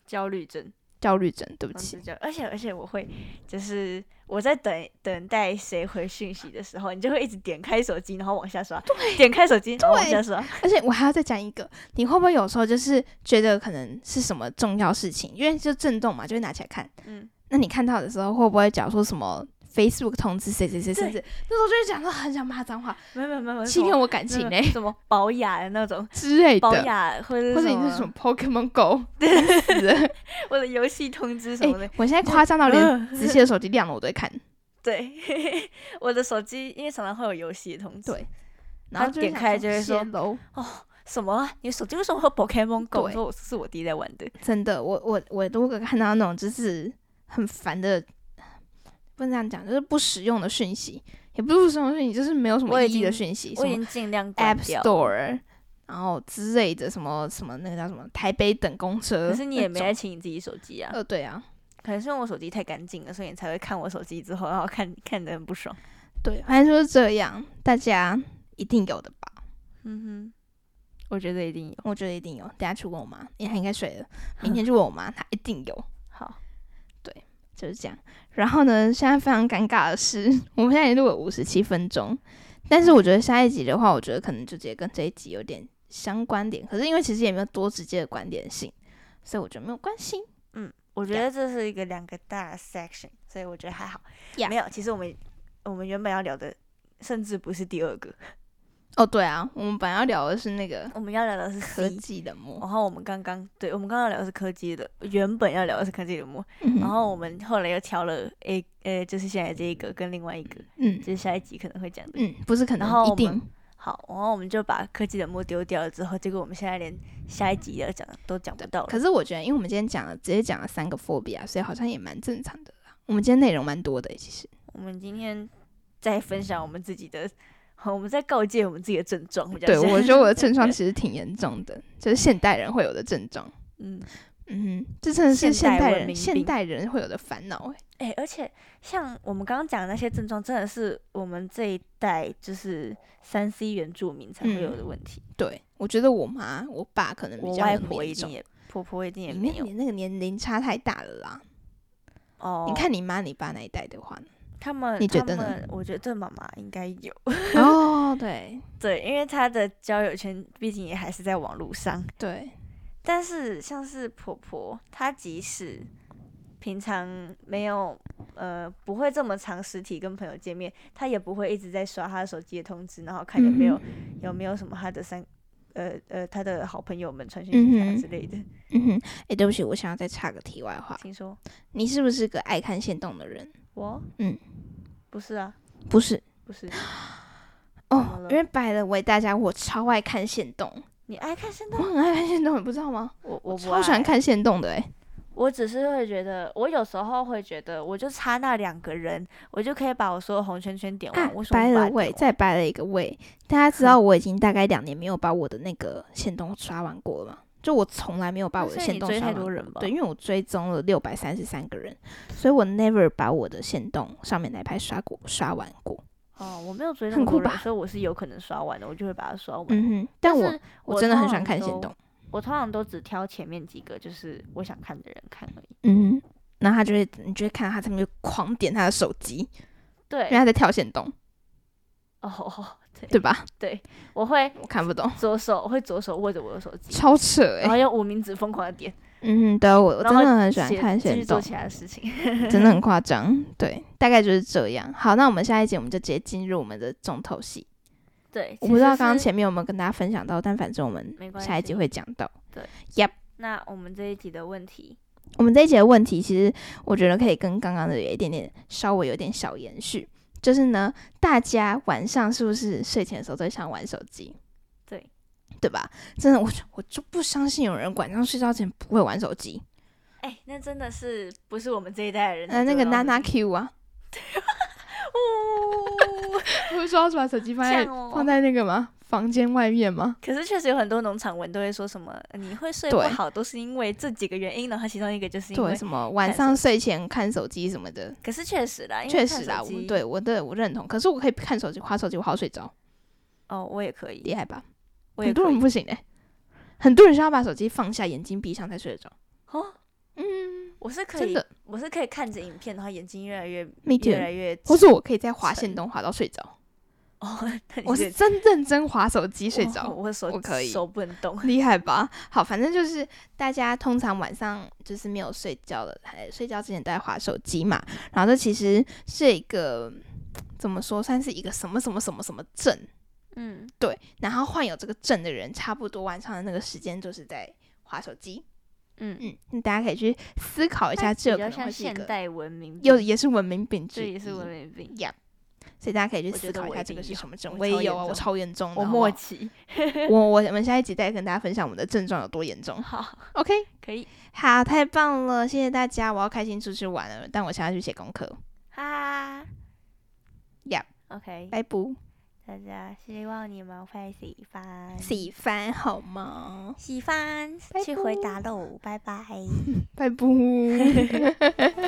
Speaker 1: 焦虑症，
Speaker 2: 焦虑症，对不
Speaker 1: 当时
Speaker 2: 起。
Speaker 1: 焦，而且而且我会，就是我在等等待谁回讯息的时候，你就会一直点开手机，然后往下刷，点开手机，然后往下刷，
Speaker 2: 而且我还要再讲一个，你会不会有时候就是觉得可能是什么重要事情，因为就震动嘛，就会拿起来看。
Speaker 1: 嗯，
Speaker 2: 那你看到的时候，会不会讲说什么 Facebook 通知谁谁谁，
Speaker 1: 对
Speaker 2: 甚至那时候就会讲到很想骂脏话，
Speaker 1: 没有没有没有，
Speaker 2: 欺骗
Speaker 1: 我
Speaker 2: 我感情嘞、
Speaker 1: 什么保雅的那种，
Speaker 2: <laughs> 之类
Speaker 1: 保
Speaker 2: 欸的，
Speaker 1: 雅或者
Speaker 2: 或者
Speaker 1: 是
Speaker 2: 你是
Speaker 1: 什
Speaker 2: 什
Speaker 1: 么
Speaker 2: 么
Speaker 1: <laughs>
Speaker 2: Pokemon Go，死了
Speaker 1: 或者游戏通知什么的
Speaker 2: 哎，，我现在夸张到
Speaker 1: <laughs>
Speaker 2: 连
Speaker 1: 嗯
Speaker 2: 子熙的 <laughs> 手机亮了我都会看，
Speaker 1: 对， <laughs> 我的手机因为常常会有游戏的通知，
Speaker 2: 对然后就
Speaker 1: 点开就会说 <laughs>
Speaker 2: 楼，
Speaker 1: 什么啊？你手机为什么会有 Pokemon Go？我
Speaker 2: 对
Speaker 1: 说我是我弟在玩的，
Speaker 2: 真的，我我我如果看到那种就是很烦的，不能这样讲，就是不实用的讯息，也不是不实用的讯息，就是没有什么
Speaker 1: 我已
Speaker 2: 意义的
Speaker 1: 经
Speaker 2: 讯息，什
Speaker 1: 我已
Speaker 2: 么
Speaker 1: 经尽量关
Speaker 2: App
Speaker 1: 掉。
Speaker 2: Store，然后之类的什么什么那个叫什么台北等公车，
Speaker 1: 可是你也没
Speaker 2: 那
Speaker 1: 在
Speaker 2: 种
Speaker 1: 清你自己手机啊，
Speaker 2: 呃对啊，
Speaker 1: 可能是因为我手机太干净了，所以你才会看我手机之后，然后看看得很不爽。
Speaker 2: 对，反正就是这样，大家一定有的吧。
Speaker 1: 嗯哼，我觉得一定有。
Speaker 2: 我觉得一定有，等下去问我妈，因为她应该睡了。
Speaker 1: 嗯
Speaker 2: 明天去问我妈，她一定有，
Speaker 1: <laughs> 好，
Speaker 2: 就是这样。然后呢，现在非常尴尬的是， <laughs> 我们现在已经录了五十七分钟，但是我觉得下一集的话，我觉得可能就直接跟这一集有点相关点，可是因为其实也没有多直接的关联性，所以我觉得没有关系。
Speaker 1: 我觉得这是一个两个大 section，所以我觉得还好。
Speaker 2: Yeah
Speaker 1: 没有，其实我们我们原本要聊的，甚至不是第二个，
Speaker 2: 哦，对啊，我们本来要聊的是那个
Speaker 1: 我们要聊的是
Speaker 2: 科
Speaker 1: C。
Speaker 2: 技冷漠，
Speaker 1: 然后我们刚刚对，我们刚刚聊的是科技的，原本要聊的是科技的幕，
Speaker 2: 嗯
Speaker 1: 然后我们后来又挑了 A，呃，就是现在这一个跟另外一个，
Speaker 2: 嗯
Speaker 1: 就是下一集可能会讲的。
Speaker 2: 嗯，不是可
Speaker 1: 然后
Speaker 2: 能
Speaker 1: 我
Speaker 2: 一
Speaker 1: 们
Speaker 2: 定，
Speaker 1: 好，然后我们就把科技的幕丢掉了之后，结果我们现在连下一集要讲的都讲不到了。
Speaker 2: 可是我觉得，因为我们今天讲了直接讲了三个 phobia，所以好像也蛮正常的啦。我们今天内容蛮多的，其实。
Speaker 1: 我们今天在分享我们自己的，我们在告诫我们自己的症状。比较
Speaker 2: 对，
Speaker 1: 像
Speaker 2: 我觉得我的症状其实挺严重的，就是现代人会有的症状。
Speaker 1: <laughs> 嗯，
Speaker 2: 嗯，这真的是
Speaker 1: 现
Speaker 2: 现
Speaker 1: 代
Speaker 2: 代
Speaker 1: 文明
Speaker 2: 人现
Speaker 1: 病
Speaker 2: 代人会有的烦恼哎。
Speaker 1: 哎、而且像我们刚刚讲的那些症状，真的是我们这一代就是三 C 原住民才会有的问题。
Speaker 2: 对，我觉得我妈我爸可能比
Speaker 1: 我
Speaker 2: 较
Speaker 1: 外
Speaker 2: 没那么
Speaker 1: 婆一
Speaker 2: 严
Speaker 1: 定
Speaker 2: 重，
Speaker 1: 也，婆婆一定也
Speaker 2: 你
Speaker 1: 没
Speaker 2: 那
Speaker 1: 有。
Speaker 2: 你那个年龄差太大了啦。
Speaker 1: 哦，
Speaker 2: 你看你妈你爸那一代
Speaker 1: <laughs>
Speaker 2: 的话呢，
Speaker 1: 他们，
Speaker 2: 你觉
Speaker 1: 他
Speaker 2: 得呢
Speaker 1: 们我觉得妈妈应该有，
Speaker 2: 哦，对
Speaker 1: <laughs> 对，因为她的交友圈毕竟也还是在网络上。
Speaker 2: 对，
Speaker 1: 但是像是婆婆，她即使平常没有呃不会这么长实体跟朋友见面，她也不会一直在刷她的手机的通知，然后看
Speaker 2: 嗯
Speaker 1: 有没有、有没有什么她的三呃呃她的好朋友们传讯息给
Speaker 2: 嗯
Speaker 1: 她
Speaker 2: 哼
Speaker 1: 之类的。
Speaker 2: 嗯哼，哎、对不起，我想要再插个题外话，
Speaker 1: 听说
Speaker 2: 你是不是个爱看线动的人？
Speaker 1: 我
Speaker 2: 嗯，
Speaker 1: 不是啊，
Speaker 2: 不是
Speaker 1: 不是，怎么
Speaker 2: 哦，
Speaker 1: 了
Speaker 2: 因为摆了为大家，我超爱看线动， <laughs>
Speaker 1: 你爱看现在
Speaker 2: 我很爱看线动，你不知道吗？
Speaker 1: 我我不
Speaker 2: 超喜欢
Speaker 1: 爱
Speaker 2: 看线动的哎、
Speaker 1: 我只是会觉得，我有时候会觉得，我就差那两个人，我就可以把我所有红圈圈点完。
Speaker 2: 啊
Speaker 1: 哦为什么
Speaker 2: 掰
Speaker 1: 不把嗯
Speaker 2: 了
Speaker 1: 它
Speaker 2: 位，
Speaker 1: 点完
Speaker 2: 再掰了一个位。大家知道我已经大概两年没有把我的那个线动刷完过了嘛？就我从来没有把
Speaker 1: 那
Speaker 2: 我的
Speaker 1: 所以
Speaker 2: 线
Speaker 1: 你
Speaker 2: 动
Speaker 1: 追
Speaker 2: 刷
Speaker 1: 太
Speaker 2: 完
Speaker 1: 多
Speaker 2: 过。
Speaker 1: 人吧？
Speaker 2: 对，因为我追踪了六百三十三个人，所以我 never 把我的线动上面那排刷过刷完过。
Speaker 1: 哦，我没有追那
Speaker 2: 很
Speaker 1: 么
Speaker 2: 酷
Speaker 1: 多人，
Speaker 2: 吧
Speaker 1: 所以我是有可能刷完的，我就会把它刷完。
Speaker 2: 嗯哼，但我
Speaker 1: 是
Speaker 2: 我真的很喜欢
Speaker 1: 通
Speaker 2: 看
Speaker 1: 常
Speaker 2: 线
Speaker 1: 都
Speaker 2: 动，，
Speaker 1: 我通常都只挑前面几个，就是我想看的人看而已。
Speaker 2: 嗯哼，然后他就会你就会看到他在那边狂点他的手机，因为
Speaker 1: 对，
Speaker 2: 他在跳线动，
Speaker 1: 哦， <laughs> 对，
Speaker 2: 对吧？
Speaker 1: 我会
Speaker 2: 我看不懂，
Speaker 1: 左手，我会左手握着我的手机，
Speaker 2: 超扯哎、
Speaker 1: 然后用无名指疯狂的点，
Speaker 2: 嗯哼，对我我
Speaker 1: 然
Speaker 2: 真
Speaker 1: 后
Speaker 2: 的很喜欢
Speaker 1: 写
Speaker 2: 看
Speaker 1: 继
Speaker 2: 线
Speaker 1: 续做
Speaker 2: 动，
Speaker 1: 其他的事情。 <laughs>
Speaker 2: <laughs> 真的很夸张，对，大概就是这样。好，那我们下一节我们就直接进入我们的重头戏。
Speaker 1: 对，
Speaker 2: 我
Speaker 1: 其
Speaker 2: 不知
Speaker 1: 实
Speaker 2: 道刚刚
Speaker 1: 是
Speaker 2: 前面有没有跟大家分享到，但反正我们
Speaker 1: 没关
Speaker 2: 下一集
Speaker 1: 系
Speaker 2: 会讲到。
Speaker 1: 那我们这一集的问题，
Speaker 2: 我们这一节的问题，其实我觉得可以跟刚刚的有一点点稍微有点小延续，就是呢，大家晚上是不是睡前的时候都想玩手机？
Speaker 1: 对，
Speaker 2: 对吧？真的，我就我就不相信有人晚上睡觉前不会玩手机。
Speaker 1: 哎、那真的是不是我们这一代的人？
Speaker 2: 呃，那个娜娜 Q 啊，
Speaker 1: 哦，
Speaker 2: <laughs> 不是说要把手机放在、
Speaker 1: 这样哦
Speaker 2: 放在那个吗？房间外面吗？
Speaker 1: 可是确实有很多农场文都会说什么呃你会睡不
Speaker 2: 对
Speaker 1: 好，都是因为这几个原因，然后其中一个就是因
Speaker 2: 对，
Speaker 1: 为。
Speaker 2: 什么晚
Speaker 1: 看
Speaker 2: 上
Speaker 1: 手
Speaker 2: 睡前看手机什么的，
Speaker 1: 可是确实啦，因为
Speaker 2: 确
Speaker 1: 看
Speaker 2: 实啊，
Speaker 1: 手
Speaker 2: 我
Speaker 1: 机
Speaker 2: 对我对我认同。可是我可以看手机、划手机、划到睡着，
Speaker 1: 哦，我也可以，
Speaker 2: 厉害吧？
Speaker 1: 我
Speaker 2: 很
Speaker 1: 也
Speaker 2: 多
Speaker 1: 可
Speaker 2: 人
Speaker 1: 以
Speaker 2: 不行哎、很多人需要把手机放下，眼睛闭上才睡得着。
Speaker 1: 哦，
Speaker 2: 嗯，
Speaker 1: 我是可
Speaker 2: 真
Speaker 1: 以，
Speaker 2: 的
Speaker 1: 我是可以看着影片，然后眼睛越来越
Speaker 2: ，me
Speaker 1: 越
Speaker 2: too。
Speaker 1: 来越
Speaker 2: 或是我可以在滑
Speaker 1: 沉
Speaker 2: 线动滑到睡着，
Speaker 1: 哦， <laughs> 那你
Speaker 2: 我是真认真滑手机睡
Speaker 1: 哇
Speaker 2: 着，
Speaker 1: 我手
Speaker 2: 我可以
Speaker 1: 手不能动，
Speaker 2: 厉害吧？好，反正就是大家通常晚上就是没有睡觉的，还睡觉之前都在划手机嘛。然后这其实是一个怎么说，算是一个什么什么什么什么症，
Speaker 1: 嗯，
Speaker 2: 对。然后患有这个症的人，差不多晚上的那个时间就是在划手机。
Speaker 1: 嗯
Speaker 2: 嗯，那大家可以去思考一
Speaker 1: 它
Speaker 2: 下，这有
Speaker 1: 比
Speaker 2: 可
Speaker 1: 较
Speaker 2: 能
Speaker 1: 像
Speaker 2: 会是一
Speaker 1: 现
Speaker 2: 个
Speaker 1: 代文明病，
Speaker 2: 又也是文明病之
Speaker 1: 这
Speaker 2: 一，
Speaker 1: 也是文明病，
Speaker 2: 呀。所以大家可以去
Speaker 1: 我觉
Speaker 2: 思
Speaker 1: 得
Speaker 2: 考一
Speaker 1: 我
Speaker 2: 下
Speaker 1: 一
Speaker 2: 这个
Speaker 1: 定
Speaker 2: 是
Speaker 1: 有
Speaker 2: 什么症。
Speaker 1: 我
Speaker 2: 我
Speaker 1: 超
Speaker 2: 也有
Speaker 1: 严
Speaker 2: 啊，我
Speaker 1: 重
Speaker 2: 超严重的。
Speaker 1: 我
Speaker 2: 好不好
Speaker 1: 默契，
Speaker 2: 我我我们下一集再跟大家分享我们的症状有多严重。
Speaker 1: 好，
Speaker 2: OK，
Speaker 1: 可以，
Speaker 2: 好，太棒了，谢谢大家，我要开心出去玩了，但我想要去写功课，
Speaker 1: 哈
Speaker 2: Yep
Speaker 1: ，OK，
Speaker 2: 拜拜，
Speaker 1: 大家希望你们会喜欢，
Speaker 2: 喜欢好吗？
Speaker 1: <laughs> 喜欢
Speaker 2: 拜
Speaker 1: 去回
Speaker 2: 拜
Speaker 1: 答喽，拜拜。
Speaker 2: 拜拜。